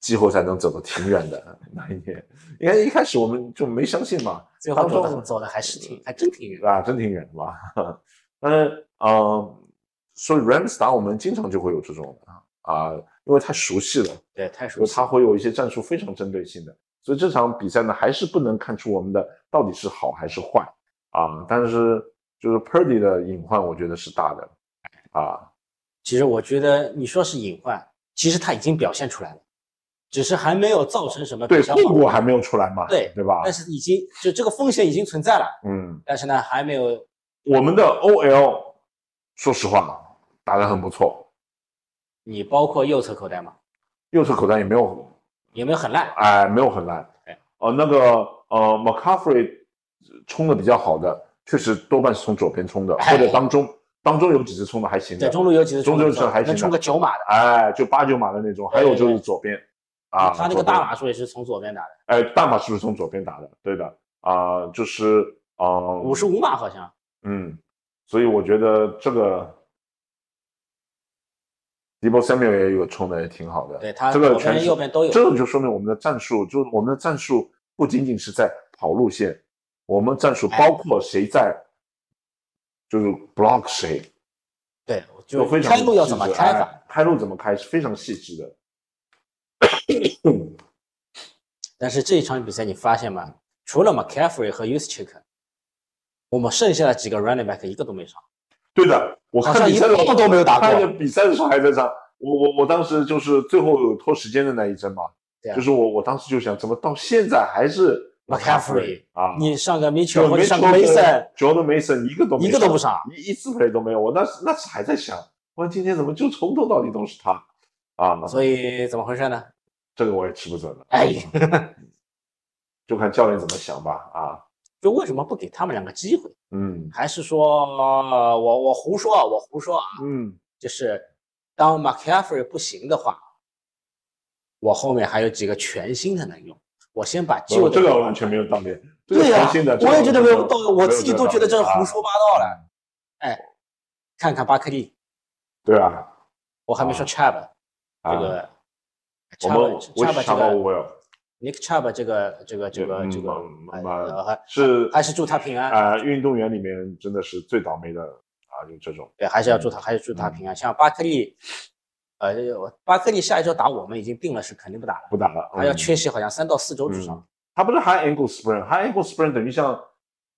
[SPEAKER 3] 季后赛能走得挺远的 那一年，应该一开始我们就没相信嘛，
[SPEAKER 2] 最后走
[SPEAKER 3] 当中
[SPEAKER 2] 的走的还是挺还真挺远。
[SPEAKER 3] 啊，真挺远的吧？但是，呃，所以 Rams 打我们经常就会有这种啊、因为太熟悉了，
[SPEAKER 2] 对，太熟
[SPEAKER 3] 就
[SPEAKER 2] 悉了。
[SPEAKER 3] 他会有一些战术非常针对性的，所以这场比赛呢，还是不能看出我们的到底是好还是坏啊、但是，就是 Purdy 的隐患，我觉得是大的啊。
[SPEAKER 2] 其实我觉得你说是隐患，其实他已经表现出来了，只是还没有造成什么
[SPEAKER 3] 对，
[SPEAKER 2] 比较
[SPEAKER 3] 后果
[SPEAKER 2] 好
[SPEAKER 3] 还没有出来嘛？
[SPEAKER 2] 对
[SPEAKER 3] 对吧？
[SPEAKER 2] 但是已经就这个风险已经存在了，
[SPEAKER 3] 嗯，
[SPEAKER 2] 但是呢还没有
[SPEAKER 3] 我们的 OL，说实话打得很不错，
[SPEAKER 2] 你包括右侧口袋嘛，
[SPEAKER 3] 右侧口袋也没有
[SPEAKER 2] 有没有很烂？
[SPEAKER 3] 哎，没有很烂
[SPEAKER 2] 哎。
[SPEAKER 3] 呃，那个呃，McCaffrey 冲的比较好的，确实多半是从左边冲的，
[SPEAKER 2] 哎
[SPEAKER 3] 或者当中当中有几次冲的还行
[SPEAKER 2] 对，
[SPEAKER 3] 的，
[SPEAKER 2] 中路尤其是
[SPEAKER 3] 中
[SPEAKER 2] 路
[SPEAKER 3] 路是还行
[SPEAKER 2] 能
[SPEAKER 3] 的
[SPEAKER 2] 冲个九码的，
[SPEAKER 3] 哎，就八九码的那种，还有
[SPEAKER 2] 对对
[SPEAKER 3] 就是
[SPEAKER 2] 对
[SPEAKER 3] 左边啊，
[SPEAKER 2] 他那
[SPEAKER 3] 左
[SPEAKER 2] 个大
[SPEAKER 3] 边
[SPEAKER 2] 码数也是从左边打的，
[SPEAKER 3] 哎，大码是不是从左边打的？对的啊、就是啊，
[SPEAKER 2] 五十五码好像。
[SPEAKER 3] 嗯，所以我觉得这个 Debo Samuel 也有冲的也挺好的，
[SPEAKER 2] 对他
[SPEAKER 3] 这个
[SPEAKER 2] 左
[SPEAKER 3] 全
[SPEAKER 2] 边
[SPEAKER 3] 是
[SPEAKER 2] 右边都有
[SPEAKER 3] 这种就说明我们的战术，就是我们的战术不仅仅是在跑路线，我们战术包括谁在，就是 block 谁，
[SPEAKER 2] 对，就
[SPEAKER 3] 就非常
[SPEAKER 2] 开路要怎么
[SPEAKER 3] 细致
[SPEAKER 2] 开法？
[SPEAKER 3] 哎开路怎么开是非常细致的。
[SPEAKER 2] 但是这一场比赛你发现吗？除了 McCaffrey 和 u s c h i k 我们剩下的几个 running back 一个都没上。
[SPEAKER 3] 对的，我
[SPEAKER 2] 好
[SPEAKER 3] 看
[SPEAKER 2] 像
[SPEAKER 3] 比赛的
[SPEAKER 2] 一个都没有打过
[SPEAKER 3] 看着比赛的时候还在上，我我我当时就是最后有拖时间的那一阵嘛，
[SPEAKER 2] 对啊
[SPEAKER 3] 就是我我当时就想，怎么到现在还是
[SPEAKER 2] McCaffrey
[SPEAKER 3] 啊？
[SPEAKER 2] 你上个 Mitchell
[SPEAKER 3] 就
[SPEAKER 2] 或
[SPEAKER 3] 没
[SPEAKER 2] 者上个 Mason，
[SPEAKER 3] Jordan Mason 一个都没
[SPEAKER 2] 一个都不上，
[SPEAKER 3] 一一次 play 都没有。我那时那时还在想，我今天怎么就从头到底都是他啊？
[SPEAKER 2] 所以怎么回事呢？
[SPEAKER 3] 这个我也吃不准了，
[SPEAKER 2] 哎，
[SPEAKER 3] 就看教练怎么想吧啊。
[SPEAKER 2] 就为什么不给他们两个机会？
[SPEAKER 3] 嗯
[SPEAKER 2] 还是说、呃我我胡说啊，我胡说啊？
[SPEAKER 3] 嗯，
[SPEAKER 2] 就是当 McCaffrey 不行的话，我后面还有几个全新的能用，我先把
[SPEAKER 3] 我
[SPEAKER 2] 旧的
[SPEAKER 3] 哦呃这个完全没有道理。这个
[SPEAKER 2] 对呀、
[SPEAKER 3] 诚信的这个
[SPEAKER 2] 我也觉得没有
[SPEAKER 3] 这
[SPEAKER 2] 道
[SPEAKER 3] 个
[SPEAKER 2] 理，我自己
[SPEAKER 3] 没有
[SPEAKER 2] 都觉得这
[SPEAKER 3] 正
[SPEAKER 2] 是
[SPEAKER 3] 常
[SPEAKER 2] 胡
[SPEAKER 3] 啊嗯
[SPEAKER 2] 说八道了。哎，看看巴克利，
[SPEAKER 3] 对啊，
[SPEAKER 2] 我还没说 Chubb、
[SPEAKER 3] 啊
[SPEAKER 2] 这个
[SPEAKER 3] 我们
[SPEAKER 2] Chubb
[SPEAKER 3] 我
[SPEAKER 2] Chubb 这
[SPEAKER 3] 查
[SPEAKER 2] 个
[SPEAKER 3] 我有
[SPEAKER 2] Nick Chubb 这个这个这个
[SPEAKER 3] 嗯
[SPEAKER 2] 这个
[SPEAKER 3] 嗯
[SPEAKER 2] 哎
[SPEAKER 3] 嗯
[SPEAKER 2] 呃还
[SPEAKER 3] 是
[SPEAKER 2] 还是祝他平安
[SPEAKER 3] 啊，运动员里面真的是最倒霉的啊，就这种
[SPEAKER 2] 对，还是要祝
[SPEAKER 3] 嗯
[SPEAKER 2] 他，还是祝他平安。像巴克利，呃，这个我巴克利下一周打我们已经定了，是肯定不打了，
[SPEAKER 3] 不打了，
[SPEAKER 2] 还要
[SPEAKER 3] 嗯
[SPEAKER 2] 缺席好像三到四周至少。
[SPEAKER 3] 嗯他不是 high ankle sprain high ankle sprain 等于像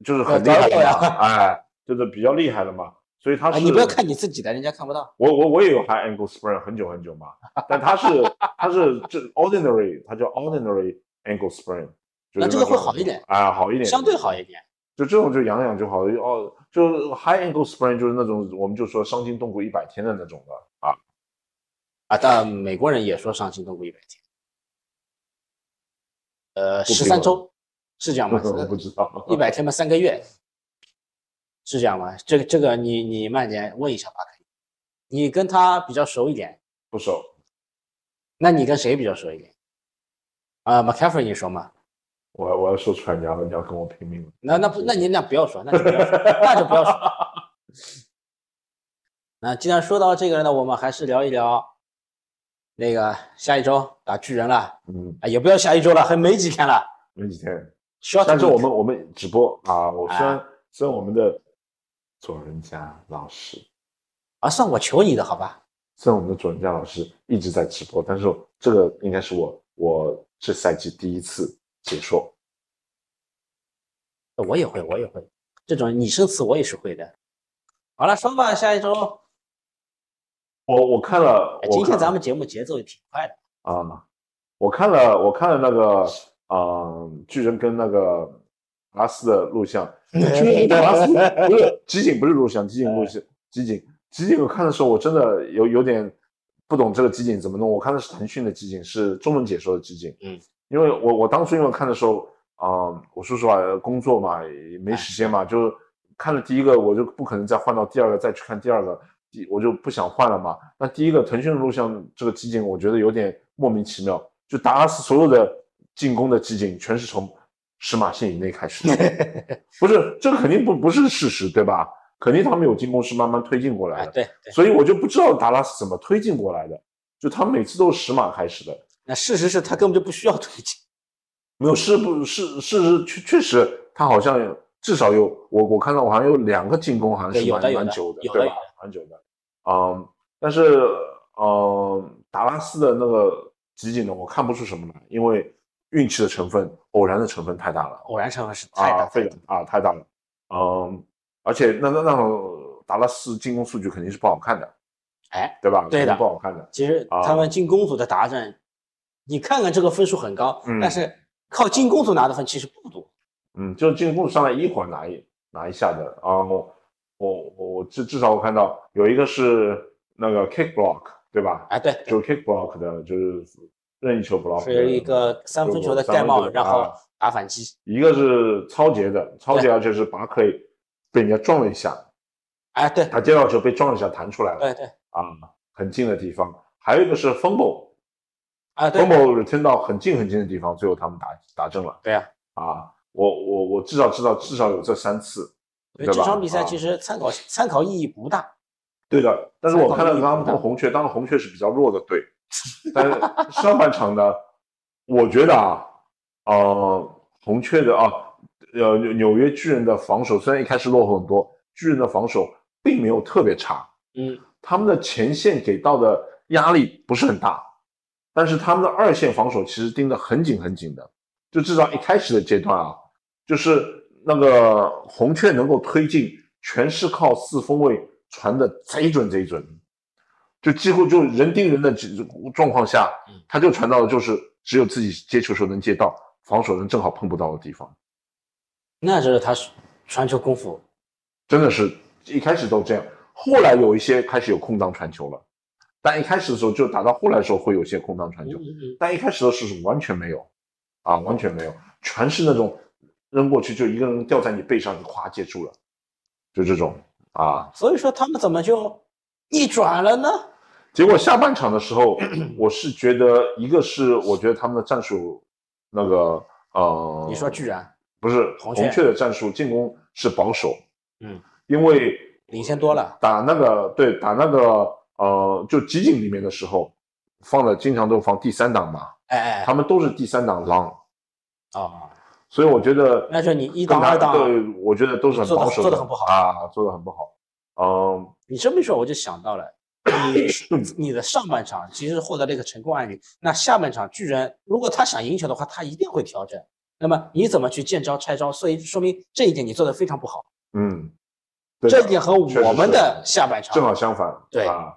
[SPEAKER 3] 就是很厉
[SPEAKER 2] 呃
[SPEAKER 3] 害
[SPEAKER 2] 高
[SPEAKER 3] 了
[SPEAKER 2] 了
[SPEAKER 3] 嘛，哎，就是比较厉害了嘛，所以他
[SPEAKER 2] 哎，
[SPEAKER 3] 是
[SPEAKER 2] 你不要看你自己的，人家看不到。
[SPEAKER 3] 我我我也有 high ankle sprain 很久很久嘛，但他是他是这 ordinary，他叫 ordinary ankle sprain，就是
[SPEAKER 2] 那这个
[SPEAKER 3] 种
[SPEAKER 2] 会好一点
[SPEAKER 3] 啊，好一点，
[SPEAKER 2] 相对好一点，
[SPEAKER 3] 就这种就养养就好了。哦，就 high ankle sprain 就是那种我们就说伤筋动骨一百天的那种的啊，
[SPEAKER 2] 啊，但美国人也说伤心动骨一百天，呃，
[SPEAKER 3] 不
[SPEAKER 2] 十
[SPEAKER 3] 平衡
[SPEAKER 2] 三周是这样吗？
[SPEAKER 3] 我不知道。
[SPEAKER 2] 一百天嘛，三个月是这样吗？这个这个你你慢点问一下吧，可以。你跟他比较熟一点，
[SPEAKER 3] 不熟，
[SPEAKER 2] 那你跟谁比较熟一点？啊、m c c a f f r e y 你熟吗？
[SPEAKER 3] 我我要说出来，你要你要跟我拼命了。
[SPEAKER 2] 那那不，那你那不要说，那就不要说，那就不要说。那既然说到这个呢，我们还是聊一聊那个下一周打巨人了。
[SPEAKER 3] 嗯，
[SPEAKER 2] 啊，也不要下一周了，还没几天了。
[SPEAKER 3] 没几天。
[SPEAKER 2] 需要
[SPEAKER 3] 下周我们我们直播啊，我虽然
[SPEAKER 2] 啊
[SPEAKER 3] 虽然我们的左人家老师，
[SPEAKER 2] 啊，算我求你的好吧？
[SPEAKER 3] 虽然我们的左人家老师一直在直播，但是这个应该是我我这赛季第一次解说。
[SPEAKER 2] 我也会，我也会，这种拟声词我也是会的。好了，说吧，下一周。
[SPEAKER 3] 我我看了，
[SPEAKER 2] 哎
[SPEAKER 3] 我
[SPEAKER 2] 今天
[SPEAKER 3] 看
[SPEAKER 2] 咱们节目节奏也挺快的。
[SPEAKER 3] 啊、我看了我看了那个呃巨人跟那个拉斯的录像，巨人跟拉斯不是集锦不是录像，集锦录像集锦集锦，我看的时候我真的有有点不懂这个集锦怎么弄，我看的是腾讯的集锦，是中文解说的集锦，
[SPEAKER 2] 嗯，
[SPEAKER 3] 因为我我当初因为看的时候啊、我说实话工作嘛也
[SPEAKER 2] 哎
[SPEAKER 3] 没时间嘛，就看了第一个我就不可能再换到第二个再去看第二个。第我就不想换了嘛。那第一个，腾讯的录像这个集锦，我觉得有点莫名其妙，就达拉斯所有的进攻的集锦全是从十码线以内开 始的，不是这个肯定不不是事实，对吧？肯定他们有进攻是慢慢推进过来
[SPEAKER 2] 哎，
[SPEAKER 3] 的，
[SPEAKER 2] 对对，
[SPEAKER 3] 所以我就不知道达拉斯怎么推进过来的，就他们每次都是十码开始的，
[SPEAKER 2] 那事实是他根本就不需要推进。
[SPEAKER 3] 没有是不是事实确确实他好像有至少有我我看到我好像有两个进攻好像
[SPEAKER 2] 对
[SPEAKER 3] 是
[SPEAKER 2] 有
[SPEAKER 3] 蛮
[SPEAKER 2] 的有
[SPEAKER 3] 蛮
[SPEAKER 2] 的
[SPEAKER 3] 久的，
[SPEAKER 2] 有的
[SPEAKER 3] 对
[SPEAKER 2] 有
[SPEAKER 3] 吧？蛮久的，嗯，但是嗯，达拉斯的那个集锦呢，我看不出什么来，因为运气的成分、偶然的成分太大了。
[SPEAKER 2] 偶然成分是太
[SPEAKER 3] 啊，
[SPEAKER 2] 大
[SPEAKER 3] 费了啊，太大了。嗯，而且那那那种达拉斯进攻数据肯定是不好看的，
[SPEAKER 2] 哎，
[SPEAKER 3] 对吧？
[SPEAKER 2] 对
[SPEAKER 3] 肯
[SPEAKER 2] 的
[SPEAKER 3] 定不好看的。
[SPEAKER 2] 其实他们进攻组的达阵，你看看这个分数很高，
[SPEAKER 3] 嗯
[SPEAKER 2] 但是靠进攻组拿的分其实不多。
[SPEAKER 3] 嗯，就是进攻上来一会儿拿一拿一下的啊、我我我我至至少我看到有一个是那个 kick block，对吧？
[SPEAKER 2] 哎，对，
[SPEAKER 3] 就 kick block 的，就是任意球 block，的
[SPEAKER 2] 是一个三分球的盖帽，然后打反击。
[SPEAKER 3] 啊一个是超杰的，超杰
[SPEAKER 2] 对
[SPEAKER 3] 而且是拔克利被人家撞了一下，
[SPEAKER 2] 哎，对
[SPEAKER 3] 他接到球被撞了一下弹出来了
[SPEAKER 2] 对对，
[SPEAKER 3] 啊，很近的地方。还有一个是 fumble。
[SPEAKER 2] 啊对
[SPEAKER 3] f o m o return 到很近很近的地方，最后他们打打正了
[SPEAKER 2] 对啊，
[SPEAKER 3] 啊！我我我至少知道至少有这三次，
[SPEAKER 2] 所以
[SPEAKER 3] 对
[SPEAKER 2] 这
[SPEAKER 3] 吧
[SPEAKER 2] 场比赛
[SPEAKER 3] 啊
[SPEAKER 2] 其实参考参考意义不大。
[SPEAKER 3] 对的。但是我看了
[SPEAKER 2] 三个进
[SPEAKER 3] 他们
[SPEAKER 2] 攻
[SPEAKER 3] 红雀，当然红雀是比较弱的队，但是上半场呢，我觉得啊，呃，红雀的啊，呃，纽纽约巨人的防守虽然一开始落后很多，巨人的防守并没有特别差，
[SPEAKER 2] 嗯，
[SPEAKER 3] 他们的前线给到的压力不是很大，但是他们的二线防守其实盯得很紧很紧的，就至少一开始的阶段啊，就是那个红雀能够推进，全是靠四分卫传的贼准贼准，就几乎就人盯人的状况下
[SPEAKER 2] 嗯，
[SPEAKER 3] 他就传到的就是只有自己接球时候能接到，防守人正好碰不到的地方，
[SPEAKER 2] 那就是他传球功夫。
[SPEAKER 3] 真的是一开始都这样，后来有一些开始有空档传球了，但一开始的时候就打到后来的时候会有些空档传
[SPEAKER 2] 嗯
[SPEAKER 3] 球，
[SPEAKER 2] 嗯
[SPEAKER 3] 但一开始的时候是完全没有，啊，完全没有，全是那种扔过去就一个人掉在你背上，你咵接住了，就这种啊
[SPEAKER 2] 嗯。。所以说他们怎么就逆转了呢？
[SPEAKER 3] 结果下半场的时候，我是觉得一个是我觉得他们的战术那个呃，
[SPEAKER 2] 你说巨人
[SPEAKER 3] 不不是
[SPEAKER 2] 红
[SPEAKER 3] 红
[SPEAKER 2] 雀
[SPEAKER 3] 雀的战术进攻是保守，
[SPEAKER 2] 嗯，
[SPEAKER 3] 因为
[SPEAKER 2] 领先多了，
[SPEAKER 3] 打那个对打那个呃就集锦里面的时候，放的经常都放第三档嘛，
[SPEAKER 2] 哎哎
[SPEAKER 3] 他们都是第三档狼，
[SPEAKER 2] 哦，
[SPEAKER 3] 所以我觉得
[SPEAKER 2] 那就你一档
[SPEAKER 3] 跟他
[SPEAKER 2] 二档啊
[SPEAKER 3] 对，我觉得都是很
[SPEAKER 2] 做得
[SPEAKER 3] 保守
[SPEAKER 2] 做得很不好
[SPEAKER 3] 啊，做的很不好。嗯，
[SPEAKER 2] 你这么一说，我就想到 了，你你的上半场其实获得了一个成功案例，那下半场巨人如果他想赢球的话，他一定会调整。那么你怎么去见招拆招？所以说明这一点你做的非常不好，
[SPEAKER 3] 嗯，对的
[SPEAKER 2] 这一点和
[SPEAKER 3] 确实
[SPEAKER 2] 我们
[SPEAKER 3] 是
[SPEAKER 2] 的下半场
[SPEAKER 3] 正好相反，
[SPEAKER 2] 对
[SPEAKER 3] 啊。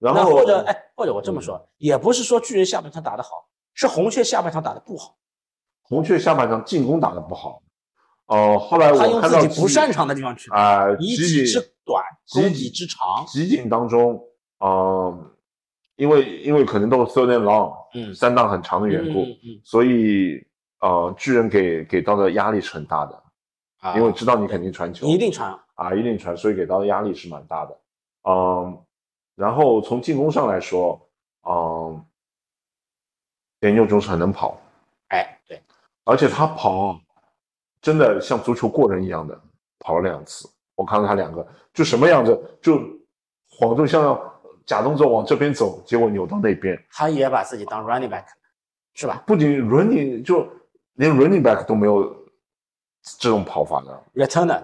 [SPEAKER 3] 然
[SPEAKER 2] 那
[SPEAKER 3] 后
[SPEAKER 2] 或者哎，或者我这么
[SPEAKER 3] 嗯
[SPEAKER 2] 说，也不是说巨人下半场打得好，是红雀下半场打得不好，
[SPEAKER 3] 红雀下半场进攻打得不好，呃，后来
[SPEAKER 2] 他
[SPEAKER 3] 我
[SPEAKER 2] 用
[SPEAKER 3] 看到
[SPEAKER 2] 自己不
[SPEAKER 3] 集
[SPEAKER 2] 擅长的地方去打，
[SPEAKER 3] 啊、
[SPEAKER 2] 以
[SPEAKER 3] 集
[SPEAKER 2] 己
[SPEAKER 3] 锦
[SPEAKER 2] 之短
[SPEAKER 3] 集
[SPEAKER 2] 攻
[SPEAKER 3] 锦
[SPEAKER 2] 己之长，
[SPEAKER 3] 集锦当中，嗯、因为因为可能都是 third and long，
[SPEAKER 2] 嗯
[SPEAKER 3] 三档很长的缘故，
[SPEAKER 2] 嗯嗯嗯
[SPEAKER 3] 所以呃，巨人给给到的压力是很大的，
[SPEAKER 2] 啊，
[SPEAKER 3] 因为知道你肯定传球，
[SPEAKER 2] 你一定传，
[SPEAKER 3] 啊，一定传，所以给到的压力是蛮大的。嗯，然后从进攻上来说，嗯，连佑中是很能跑，
[SPEAKER 2] 哎，对，
[SPEAKER 3] 而且他跑真的像足球过人一样的跑了两次，我看到他两个就什么样子，就晃动像要假动作往这边走，结果扭到那边，
[SPEAKER 2] 他也把自己当 running back，是吧？
[SPEAKER 3] 不仅伦理就连 running back 都没有这种跑法的，
[SPEAKER 2] returner，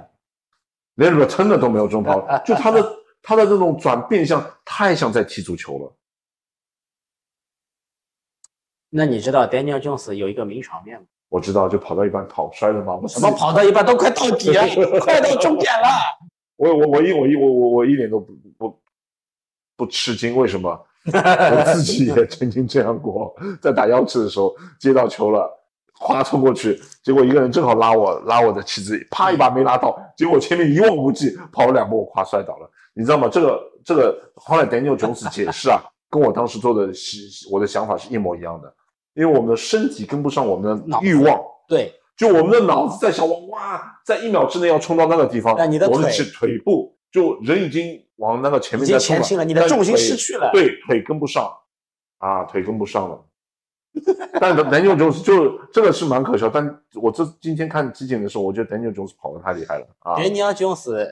[SPEAKER 3] 连 returner 都没有这种跑法，就他的他的这种转变像太像在踢足球了。
[SPEAKER 2] 那你知道 Daniel Jones 有一个名场面吗？
[SPEAKER 3] 我知道，就跑到一半跑摔了嘛。我
[SPEAKER 2] 怎么？跑到一半都快到底 了，快到终点了。
[SPEAKER 3] 我我我一我一我我我一点都不不不吃惊，为什么？ 我自己也曾经这样过，在打腰刺的时候接到球了，咵冲过去，结果一个人正好拉我拉我的旗子，啪一把没拉到，结果前面一望无际，跑了两步，我咵摔倒了，你知道吗？这个这个后来 Daniel Jones 解释啊，跟我当时做的我的想法是一模一样的，因为我们的身体跟不上我们的
[SPEAKER 2] 脑子
[SPEAKER 3] 欲望。
[SPEAKER 2] 对，
[SPEAKER 3] 就我们的脑子在想，哇，在一秒之内要冲到那个地方，
[SPEAKER 2] 但你的
[SPEAKER 3] 我们
[SPEAKER 2] 腿
[SPEAKER 3] 是腿部，就人已经往那个前
[SPEAKER 2] 已
[SPEAKER 3] 面
[SPEAKER 2] 经
[SPEAKER 3] 在冲
[SPEAKER 2] 前
[SPEAKER 3] 了，
[SPEAKER 2] 倾了，你的
[SPEAKER 3] 但
[SPEAKER 2] 重心
[SPEAKER 3] 腿
[SPEAKER 2] 失去了。
[SPEAKER 3] 对，腿跟不上，啊，腿跟不上了。但是 Daniel Jones 就这个是蛮可笑，但我这今天看集锦的时候，我觉得 Daniel Jones 跑的太厉害了啊，
[SPEAKER 2] ，Daniel Jones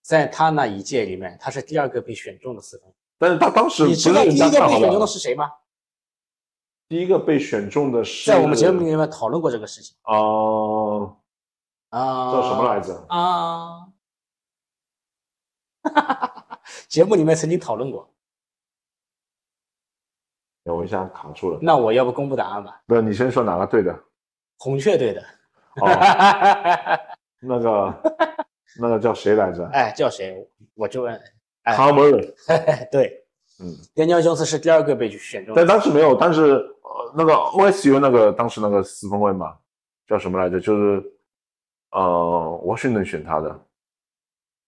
[SPEAKER 2] 在他那一届里面，他是第二个被选中的四分。
[SPEAKER 3] 但是他当时
[SPEAKER 2] 你
[SPEAKER 3] 不
[SPEAKER 2] 知
[SPEAKER 3] 是
[SPEAKER 2] 道第
[SPEAKER 3] 人
[SPEAKER 2] 一
[SPEAKER 3] 家
[SPEAKER 2] 个被
[SPEAKER 3] 看好
[SPEAKER 2] 选中的
[SPEAKER 3] 了，
[SPEAKER 2] 是谁吗？
[SPEAKER 3] 第一个被选中的是
[SPEAKER 2] 在我们节目里面讨论过这个事情
[SPEAKER 3] 啊、呃
[SPEAKER 2] 啊。
[SPEAKER 3] 叫什么来着？
[SPEAKER 2] 啊？节目里面曾经讨论过。
[SPEAKER 3] 哎我一下卡住了。
[SPEAKER 2] 那我要不公布答案吧？
[SPEAKER 3] 不是，你先说哪个队的？
[SPEAKER 2] 红雀队的，
[SPEAKER 3] 哦，那个那个叫谁来着？
[SPEAKER 2] 哎，叫谁？我就问。哎
[SPEAKER 3] 卡梅伦，
[SPEAKER 2] 哎，对，
[SPEAKER 3] 嗯，
[SPEAKER 2] 丹尼尔·琼斯是第二个被选中的
[SPEAKER 3] 但当时没有，当时呃那个 OSU 那个当时那个四分卫嘛，叫什么来着？就是呃，我逊顿选他的，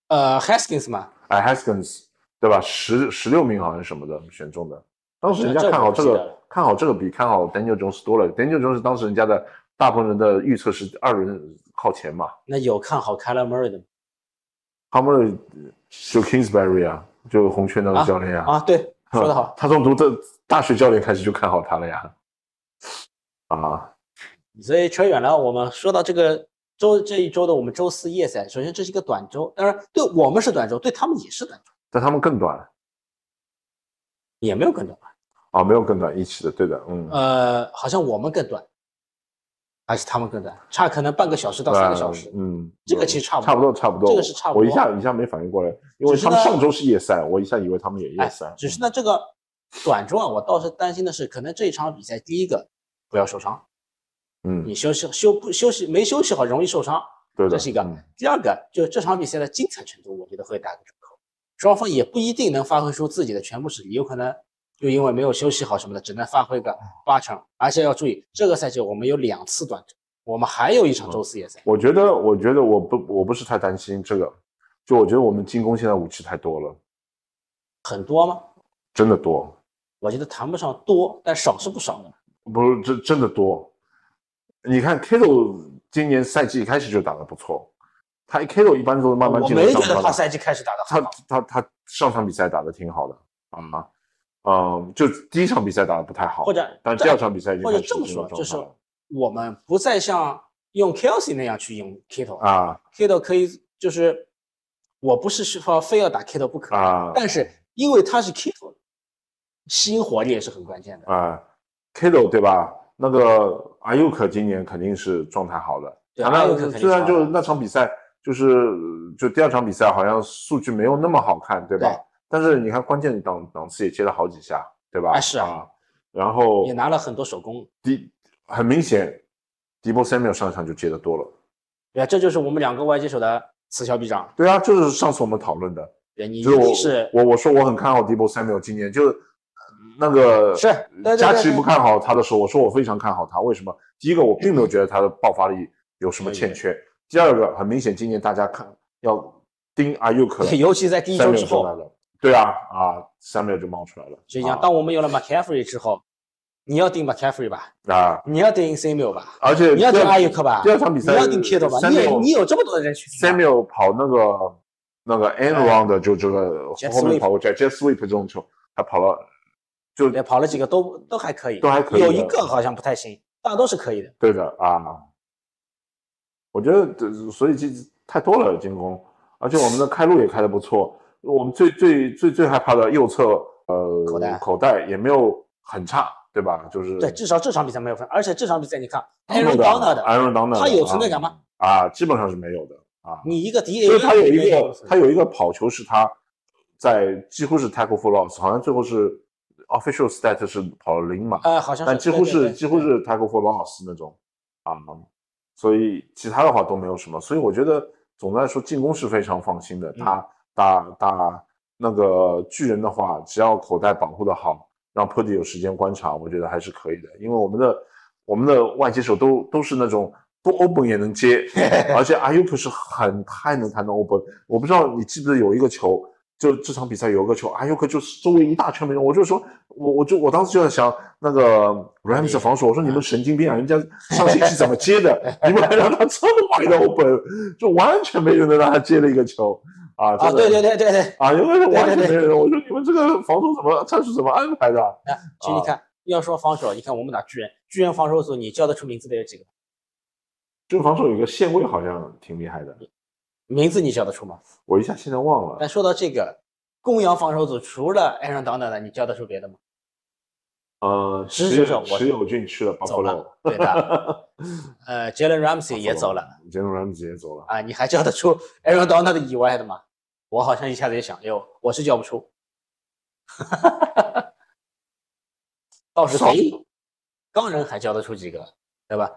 [SPEAKER 2] 呃，Haskins 嘛，
[SPEAKER 3] 哎 Haskins 对吧？十十六名好像什么的选中的，当时人
[SPEAKER 2] 这
[SPEAKER 3] 家
[SPEAKER 2] 个
[SPEAKER 3] 看好
[SPEAKER 2] 我不
[SPEAKER 3] 这
[SPEAKER 2] 记得
[SPEAKER 3] 个
[SPEAKER 2] 了，
[SPEAKER 3] 看好这个比看好 Daniel Jones 多了。Daniel Jones 当时人家的大部分人的预测是二轮靠前嘛，
[SPEAKER 2] 那有看好 k y l e Murray 的吗？
[SPEAKER 3] 他们就 Kingsbury 啊，就红雀那个教练
[SPEAKER 2] 啊，对，
[SPEAKER 3] 嗯，
[SPEAKER 2] 说得好
[SPEAKER 3] 他从读的大学教练开始就看好他了呀，啊。
[SPEAKER 2] 所以扯远了。我们说到这个周这一周的我们周四夜赛，首先这是一个短周，当然对我们是短周，对他们也是短周，
[SPEAKER 3] 但他们更短
[SPEAKER 2] 也没有更短吧？
[SPEAKER 3] 啊，没有更短一起的，对的，嗯，
[SPEAKER 2] 呃，好像我们更短，还是他们更短，差可能半个小时到
[SPEAKER 3] 呃
[SPEAKER 2] 三个小时。
[SPEAKER 3] 嗯，
[SPEAKER 2] 这个其实差不多
[SPEAKER 3] 差不多，差不多，
[SPEAKER 2] 这个是差不多
[SPEAKER 3] 我一下一下没反应过来，因为
[SPEAKER 2] 只是
[SPEAKER 3] 他
[SPEAKER 2] 呢
[SPEAKER 3] 们上周是夜赛，我一下以为他们也夜
[SPEAKER 2] 哎
[SPEAKER 3] 赛，
[SPEAKER 2] 只是呢，这个短周啊，我倒是担心的是，可能这一场比赛第一个不要受伤，
[SPEAKER 3] 嗯，
[SPEAKER 2] 你休息休不休息没休息好容易受伤，
[SPEAKER 3] 对的，
[SPEAKER 2] 这是一个
[SPEAKER 3] 嗯。
[SPEAKER 2] 第二个，就这场比赛的精彩程度，我觉得会打个折扣。双方也不一定能发挥出自己的全部实力，有可能就因为没有休息好什么的，只能发挥
[SPEAKER 3] 嗯
[SPEAKER 2] 个八成。而且要注意，这个赛季我们有两次短程，我们还有一
[SPEAKER 3] 嗯
[SPEAKER 2] 场周四夜赛。
[SPEAKER 3] 我觉得，我觉得我不，我不是太担心这个，就我觉得我们进攻现在武器太多了，
[SPEAKER 2] 很多吗？
[SPEAKER 3] 真的多，
[SPEAKER 2] 我觉得谈不上多，但少是不少的。
[SPEAKER 3] 不是真真的多。你看 Kittle 今年赛季一开始就打得不错，他 Kittle 一般都是慢慢
[SPEAKER 2] 我
[SPEAKER 3] 进入
[SPEAKER 2] 没
[SPEAKER 3] 上
[SPEAKER 2] 觉
[SPEAKER 3] 场
[SPEAKER 2] 得
[SPEAKER 3] 的
[SPEAKER 2] 他赛季开始打得
[SPEAKER 3] 他
[SPEAKER 2] 很好，
[SPEAKER 3] 他他上场比赛打得挺好的啊，嗯，就第一场比赛打得不太好，
[SPEAKER 2] 或者
[SPEAKER 3] 但
[SPEAKER 2] 这
[SPEAKER 3] 第二场比赛已经
[SPEAKER 2] 或者
[SPEAKER 3] 开始
[SPEAKER 2] 这么
[SPEAKER 3] 进入
[SPEAKER 2] 说，
[SPEAKER 3] 状
[SPEAKER 2] 就是
[SPEAKER 3] 态了
[SPEAKER 2] 我们不再像用 Kelsey 那样去用 Kittle
[SPEAKER 3] 啊
[SPEAKER 2] Kittle 可以就是，我不是说非要打 Kittle 不可，
[SPEAKER 3] 啊
[SPEAKER 2] 但是因为他是 Kittle，吸引火力也是很关键的。
[SPEAKER 3] 啊 k i d o 对吧？那个阿尤克今年肯定是状态好的，
[SPEAKER 2] 对
[SPEAKER 3] 他
[SPEAKER 2] 阿尤
[SPEAKER 3] 那
[SPEAKER 2] 克肯定
[SPEAKER 3] 虽然
[SPEAKER 2] 状态
[SPEAKER 3] 就
[SPEAKER 2] 好
[SPEAKER 3] 那场比赛就是就第二场比赛好像数据没有那么好看，对吧？
[SPEAKER 2] 对
[SPEAKER 3] 但是你看关键档档次也接了好几下，对吧？
[SPEAKER 2] 啊是啊
[SPEAKER 3] 然后
[SPEAKER 2] 也拿了很多手工，
[SPEAKER 3] 很明显，迪波 Samuel 上场就接的多了。
[SPEAKER 2] 对啊，这就是我们两个外接手的此消彼长。
[SPEAKER 3] 对啊，这就是上次我们讨论的，
[SPEAKER 2] 对你
[SPEAKER 3] 就是
[SPEAKER 2] 你
[SPEAKER 3] 我
[SPEAKER 2] 是
[SPEAKER 3] 我我说我很看好迪波 Samuel 今年，就是那个
[SPEAKER 2] 是对对
[SPEAKER 3] 佳
[SPEAKER 2] 对
[SPEAKER 3] 琪
[SPEAKER 2] 对，
[SPEAKER 3] 不看好他的时候，我说我非常看好他。为什么？第一个，我并没有觉得他的爆发力有什么欠缺；第二个，很明显，今年大家看要盯阿尤克
[SPEAKER 2] 尤其在第一周之
[SPEAKER 3] Samuel 出来
[SPEAKER 2] 后，
[SPEAKER 3] 了。对啊，啊，Samuel 就冒出来了。
[SPEAKER 2] 所以讲，
[SPEAKER 3] 啊
[SPEAKER 2] 当我们有了 McCaffrey 之后，你要盯 McCaffrey 吧，
[SPEAKER 3] 啊，
[SPEAKER 2] 你要盯 Samuel 吧，
[SPEAKER 3] 而且
[SPEAKER 2] 你要
[SPEAKER 3] 第
[SPEAKER 2] 盯
[SPEAKER 3] 二
[SPEAKER 2] 阿尤克吧，
[SPEAKER 3] 第二场比赛
[SPEAKER 2] 你要盯 Kittle 吧，你有
[SPEAKER 3] Samuel-
[SPEAKER 2] 你有这么多的人去盯啊
[SPEAKER 3] Samuel 跑那个那个 end round 就这个
[SPEAKER 2] Jet
[SPEAKER 3] 后
[SPEAKER 2] sweep
[SPEAKER 3] 面跑过 jet jet sweep 这种球，他跑了就
[SPEAKER 2] 对，跑了几个都都还可以，
[SPEAKER 3] 都还可以
[SPEAKER 2] 有
[SPEAKER 3] 的
[SPEAKER 2] 一个好像不太行，大都是可以的。
[SPEAKER 3] 对的啊。我觉得这所以这太多了进攻，而且我们的开路也开得不错。我们最最最最害怕的右侧呃
[SPEAKER 2] 口袋
[SPEAKER 3] 口袋也没有很差，对吧？就是
[SPEAKER 2] 对，至少这场比赛没有分，而且这场比赛你看
[SPEAKER 3] Aaron
[SPEAKER 2] ，Aaron
[SPEAKER 3] Donald
[SPEAKER 2] Donald
[SPEAKER 3] 的啊
[SPEAKER 2] 的
[SPEAKER 3] Aaron Donald 的
[SPEAKER 2] 他有存在感吗？
[SPEAKER 3] 啊，基本上是没有的啊。
[SPEAKER 2] 你一个 DA，
[SPEAKER 3] 就是他有一个他
[SPEAKER 2] 有
[SPEAKER 3] 有一个跑球是他在几乎是 tackle for loss，好像最后是 official stat 是跑了零码，
[SPEAKER 2] 呃，好像
[SPEAKER 3] 但几乎
[SPEAKER 2] 对对
[SPEAKER 3] 是
[SPEAKER 2] 对
[SPEAKER 3] 几乎
[SPEAKER 2] 对
[SPEAKER 3] 是 tackle for loss 那种啊，所以其他的话都没有什么，所以我觉得总的来说进攻是非常放心的。
[SPEAKER 2] 嗯
[SPEAKER 3] 打打打那个巨人的话，只要口袋保护的好，让 Purdy 有时间观察，我觉得还是可以的。因为我们的我们的外接手都都是那种不 open 也能接，而且 Ayuk 是很太能弹到 open。我不知道你记不记得有一个球，就这场比赛有一个球，Ayuk 就是周围一大圈没人，我就说，我我就我当时就在想那个 Rams 的防守，我说你们神经病啊，人家上星期怎么接的，你们还让他这么wide open，就完全没人能让他接的一个球啊！
[SPEAKER 2] 啊，
[SPEAKER 3] 真的
[SPEAKER 2] 对对对对对，
[SPEAKER 3] 啊，因为是完全
[SPEAKER 2] 对对
[SPEAKER 3] 没
[SPEAKER 2] 对
[SPEAKER 3] 人。我说你们这个防守怎么战术怎么安排的？啊
[SPEAKER 2] 其实你看，要说防守，你看我们打巨人，巨人防守组你叫得出名字的有几个？
[SPEAKER 3] 这个防守有个线位好像挺厉害的，
[SPEAKER 2] 名字你叫得出吗？
[SPEAKER 3] 我一下现在忘了
[SPEAKER 2] 但说到这个，公羊防守组除了 Aaron Donald，的你叫得出别的吗？
[SPEAKER 3] 呃，
[SPEAKER 2] 是
[SPEAKER 3] 石
[SPEAKER 2] 是是我
[SPEAKER 3] 石友俊去哦了巴
[SPEAKER 2] 走
[SPEAKER 3] 布
[SPEAKER 2] 了
[SPEAKER 3] 罗，，
[SPEAKER 2] 对 吧？呃，Jalen Ramsey 也走了。
[SPEAKER 3] 杰伦·兰姆直接走了。
[SPEAKER 2] 啊，你还叫得出 Aaron Donald 以外的吗？我好像一下子也想，哟，我是叫不出。 倒是
[SPEAKER 3] 少
[SPEAKER 2] 钢钢人还叫得出几个，对吧？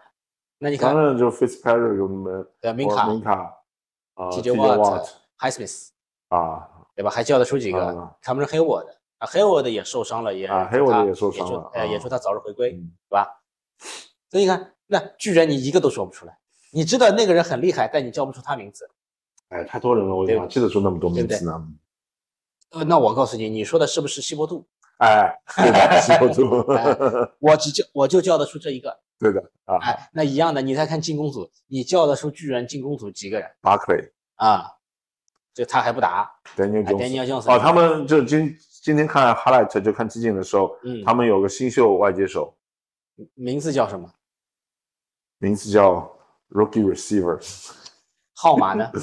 [SPEAKER 2] 那你看
[SPEAKER 3] 当，然就 Fitzpatrick 我们
[SPEAKER 2] 呃，明
[SPEAKER 3] 我
[SPEAKER 2] 卡、
[SPEAKER 3] 明卡啊
[SPEAKER 2] TJ
[SPEAKER 3] ，TJ
[SPEAKER 2] Watt
[SPEAKER 3] Watt、
[SPEAKER 2] Highsmith，
[SPEAKER 3] 啊，
[SPEAKER 2] 对吧？还叫得出几
[SPEAKER 3] 嗯
[SPEAKER 2] 个？他们是黑我的啊，黑我的也受伤了，也
[SPEAKER 3] 啊
[SPEAKER 2] 祝
[SPEAKER 3] Hayward
[SPEAKER 2] 他
[SPEAKER 3] 也受伤
[SPEAKER 2] 祝
[SPEAKER 3] 了
[SPEAKER 2] 呃，也
[SPEAKER 3] 啊
[SPEAKER 2] 祝他早日回归，
[SPEAKER 3] 嗯
[SPEAKER 2] 对吧？所以你看，那巨人你一个都说不出来，你知道那个人很厉害，但你叫不出他名字。
[SPEAKER 3] 哎，太多人了，我
[SPEAKER 2] 对
[SPEAKER 3] 哪记得住那么多名
[SPEAKER 2] 对不
[SPEAKER 3] 字呢？
[SPEAKER 2] 呃，那我告诉你，你说的是不是西伯杜？
[SPEAKER 3] 哎，对的，西伯 杜，
[SPEAKER 2] 我只叫我就叫得出这一个。
[SPEAKER 3] 对的啊
[SPEAKER 2] 哎，那一样的，你再看进攻组，你叫得出巨人进攻组几个人
[SPEAKER 3] ，Barkley、
[SPEAKER 2] 啊？就他还不打，
[SPEAKER 3] Daniel
[SPEAKER 2] 哎
[SPEAKER 3] Jones。
[SPEAKER 2] ，Daniel Jones
[SPEAKER 3] 哦，他们就今今天看 highlight 就看激进的时候，
[SPEAKER 2] 嗯，
[SPEAKER 3] 他们有个新秀外接手，
[SPEAKER 2] 名字叫什么？
[SPEAKER 3] 名字叫 Rookie Receiver，
[SPEAKER 2] 号码呢？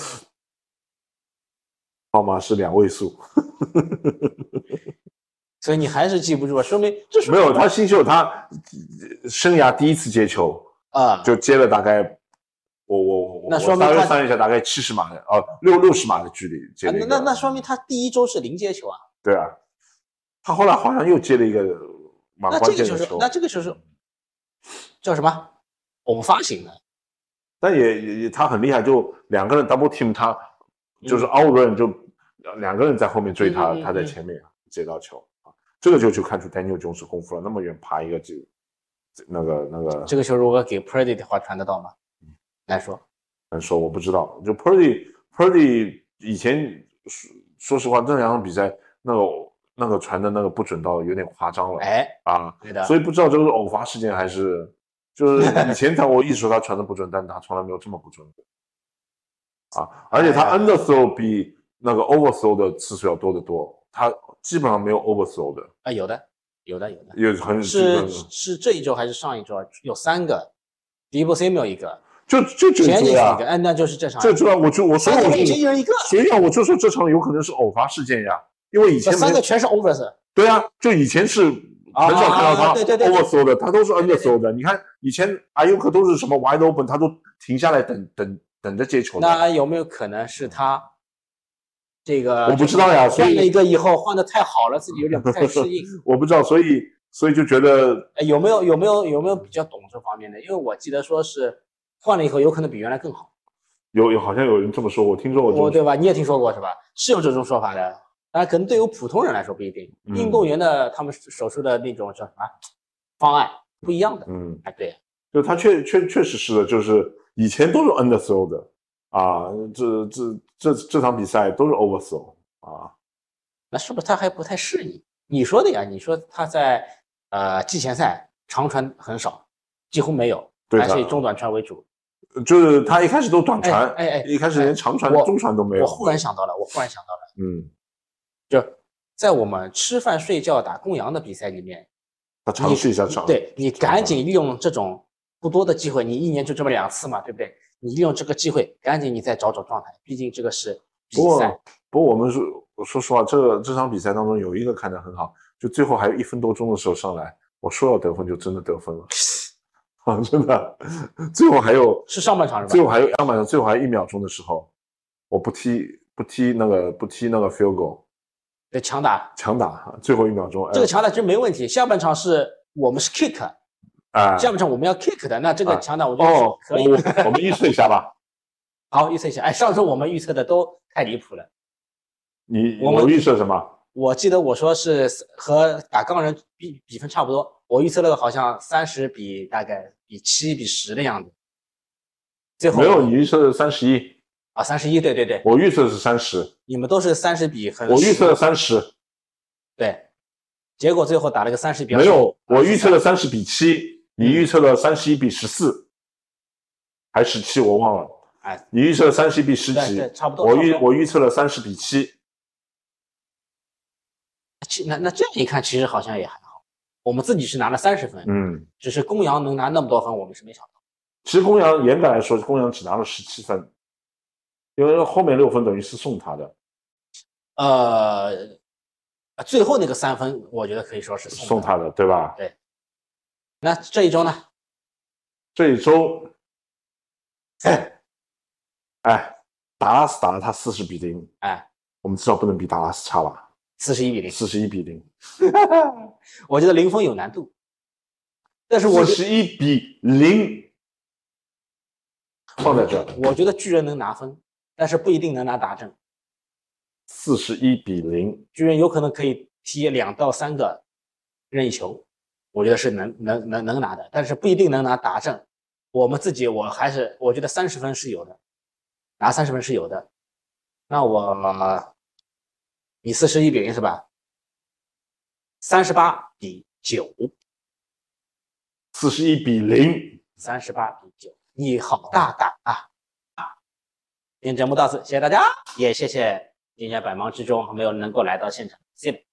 [SPEAKER 3] 号码是两位数。
[SPEAKER 2] 所以你还是记不住，啊说明这说
[SPEAKER 3] 没
[SPEAKER 2] 明
[SPEAKER 3] 有，他新秀他生涯第一次接球
[SPEAKER 2] 啊，
[SPEAKER 3] 就接了大概，我我我
[SPEAKER 2] 那
[SPEAKER 3] 我
[SPEAKER 2] 说明
[SPEAKER 3] 大
[SPEAKER 2] 他
[SPEAKER 3] 约算一下，大概七十码的哦，六六十码的距离接
[SPEAKER 2] 啊
[SPEAKER 3] 了一
[SPEAKER 2] 那
[SPEAKER 3] 个
[SPEAKER 2] 那那说明他第一周是零接球啊，
[SPEAKER 3] 对啊，他后来好像又接了一个蛮
[SPEAKER 2] 那
[SPEAKER 3] 啊关
[SPEAKER 2] 这个
[SPEAKER 3] 键
[SPEAKER 2] 就
[SPEAKER 3] 的
[SPEAKER 2] 是
[SPEAKER 3] 球，
[SPEAKER 2] 那这个就是叫什么？偶发型的，
[SPEAKER 3] 但也也也他很厉害，就两个人 double team 他就是 out run 就两个人在后面追他，
[SPEAKER 2] 嗯嗯嗯嗯
[SPEAKER 3] 他在前面接到球啊，这个就就看出 Daniel Jones 功夫了，那么远爬一个就那个那个
[SPEAKER 2] 这个球如果给 Purdy 的话传得到吗？难说。
[SPEAKER 3] 难说，我不知道。就 Purdy Purdy 以前说说实话，这两场比赛那个那个传的那个不准到有点夸张了、
[SPEAKER 2] 哎，
[SPEAKER 3] 啊，
[SPEAKER 2] 对的。
[SPEAKER 3] 所以不知道这个是偶发事件还是就是以前他我一直说他传的不准，但他从来没有这么不准过啊，而且
[SPEAKER 2] 哎
[SPEAKER 3] 他 underthrow 比那个 overthrow 的次数要多得多，他基本上没有 overthrow 的，
[SPEAKER 2] 啊，有的，有的，有的。
[SPEAKER 3] 也很基
[SPEAKER 2] 是
[SPEAKER 3] 本
[SPEAKER 2] 是这一周还是上一周啊？有三个，迪布 Samuel 一个
[SPEAKER 3] 就就这
[SPEAKER 2] 便宜
[SPEAKER 3] 追
[SPEAKER 2] 是
[SPEAKER 3] 啊
[SPEAKER 2] 一个，，哎，那就是正常呀。
[SPEAKER 3] 这追啊，我就我所以
[SPEAKER 2] 三个
[SPEAKER 3] 我就
[SPEAKER 2] 面前一人一个，
[SPEAKER 3] 所以啊，我就说这场有可能是偶发事件呀，因为以前
[SPEAKER 2] 三
[SPEAKER 3] 没
[SPEAKER 2] 个全是 overs。
[SPEAKER 3] 对啊，就以前是
[SPEAKER 2] 啊
[SPEAKER 3] 很少看到他
[SPEAKER 2] 对对对
[SPEAKER 3] over throw 的，他都是 under throw 的。你看以前阿尤克都是什么 wide open，他都停下来等等等着接球的。
[SPEAKER 2] 那有没有可能是他这个？
[SPEAKER 3] 我不知道呀所以
[SPEAKER 2] 换了一个以后换的太好了，自己有点不太适应。
[SPEAKER 3] 我不知道，所以所以就觉得
[SPEAKER 2] 哎有没有有没有有没有比较懂这方面的？因为我记得说是换了以后有可能比原来更好，
[SPEAKER 3] 有有好像有人这么说，我听说过这
[SPEAKER 2] 我
[SPEAKER 3] 么说。
[SPEAKER 2] 对吧？你也听说过是吧？是有这种说法的，当然可能对于普通人来说不一定，
[SPEAKER 3] 嗯
[SPEAKER 2] 运动员的他们手术的那种叫什么方案不一样的。
[SPEAKER 3] 嗯，
[SPEAKER 2] 哎，对，
[SPEAKER 3] 就他确确确实是的，就是以前都是 under throw 的啊，这这这这场比赛都是 over throw 啊。
[SPEAKER 2] 那是不是他还不太适应？你说的呀，你说他在呃季前赛长传很少，几乎没有，
[SPEAKER 3] 对
[SPEAKER 2] 还
[SPEAKER 3] 的
[SPEAKER 2] 是以中短传为主。
[SPEAKER 3] 就是他一开始都短传，
[SPEAKER 2] 哎哎哎
[SPEAKER 3] 一开始连长传、
[SPEAKER 2] 我
[SPEAKER 3] 中传都没有
[SPEAKER 2] 我。忽然想到了，我忽然想到了，
[SPEAKER 3] 嗯，
[SPEAKER 2] 就在我们吃饭、睡觉、打供阳的比赛里面，
[SPEAKER 3] 他尝
[SPEAKER 2] 你
[SPEAKER 3] 试一下
[SPEAKER 2] 你
[SPEAKER 3] 长，
[SPEAKER 2] 对你
[SPEAKER 3] 长
[SPEAKER 2] 赶紧利用这种不多的机会，你一年就这么两次嘛，对不对？你利用这个机会，赶紧你再找找状态，毕竟这个是比
[SPEAKER 3] 不过
[SPEAKER 2] 赛。
[SPEAKER 3] 不过我们说说实话，这个这场比赛当中有一个看得很好，就最后还有一分多钟的时候上来，我说要得分就真的得分了， 啊，真的，最后还有
[SPEAKER 2] 是上半场是
[SPEAKER 3] 最后
[SPEAKER 2] 吧？
[SPEAKER 3] 还有上半场最后还有一秒钟的时候，我不踢不踢那个不踢那个 field goal
[SPEAKER 2] 对，强打
[SPEAKER 3] 强打，最后一秒钟，哎
[SPEAKER 2] 这个强打就没问题。下半场是我们是 kick，
[SPEAKER 3] 哎
[SPEAKER 2] 下半场我们要 kick 的，那这个
[SPEAKER 3] 哎
[SPEAKER 2] 强打我觉得是
[SPEAKER 3] 哦，
[SPEAKER 2] 可以。
[SPEAKER 3] 我我们预测一下吧，
[SPEAKER 2] 好，预测一下。哎，上周我们预测的都太离谱了。
[SPEAKER 3] 你
[SPEAKER 2] 我们
[SPEAKER 3] 我预测什么？
[SPEAKER 2] 我记得我说是和打钢人比比分差不多，我预测了个好像三十比大概比七比十的样子。最后
[SPEAKER 3] 没有，你预测三十一，
[SPEAKER 2] 啊，三十一，对对对，
[SPEAKER 3] 我预测是三十，
[SPEAKER 2] 你们都是三十比很
[SPEAKER 3] 我预测
[SPEAKER 2] 10
[SPEAKER 3] 了三十，
[SPEAKER 2] 对，结果最后打了个三十比
[SPEAKER 3] 没有，
[SPEAKER 2] 20
[SPEAKER 3] 我预测了三十比七，你预测了三十一比十四，还十七我忘了，
[SPEAKER 2] 哎，
[SPEAKER 3] 你预测了三十比十
[SPEAKER 2] 对
[SPEAKER 3] 几
[SPEAKER 2] 对，，差不多。
[SPEAKER 3] 我
[SPEAKER 2] 差不
[SPEAKER 3] 预
[SPEAKER 2] 多
[SPEAKER 3] 我预测了三十比七，
[SPEAKER 2] 其那那这样一看，其实好像也还好，我们自己是拿了三十分，
[SPEAKER 3] 嗯，
[SPEAKER 2] 只是公羊能拿那么多分，我们是没想到。
[SPEAKER 3] 其实公羊严格来说，公羊只拿了十七分，因为后面六分等于是送他的，
[SPEAKER 2] 呃，啊最后那个三分，我觉得可以说是送
[SPEAKER 3] 送
[SPEAKER 2] 的。
[SPEAKER 3] 他的，对吧？
[SPEAKER 2] 那这一周呢？
[SPEAKER 3] 这一周，哎， 哎，达拉斯打了他四十比零，
[SPEAKER 2] 哎，
[SPEAKER 3] 我们至少不能比达拉斯差吧？
[SPEAKER 2] 四十一比零。
[SPEAKER 3] 四十一比零，
[SPEAKER 2] 我觉得零封有难度，但是我
[SPEAKER 3] 四十一比零，放在这儿。
[SPEAKER 2] 我觉得巨人能拿分，但是不一定能拿达阵。
[SPEAKER 3] 四十一比零，
[SPEAKER 2] 巨人有可能可以踢两到三个任意球，我觉得是能能能能拿的，但是不一定能拿达阵。我们自己我还是我觉得三十分是有的，拿三十分是有的。那我你四十一比零是吧？三十八比九，
[SPEAKER 3] 四十一比零。
[SPEAKER 2] 三十八比九，你好大胆啊！今天节目到此，谢谢大家，也谢谢今天百忙之中没有能够来到现场，谢谢。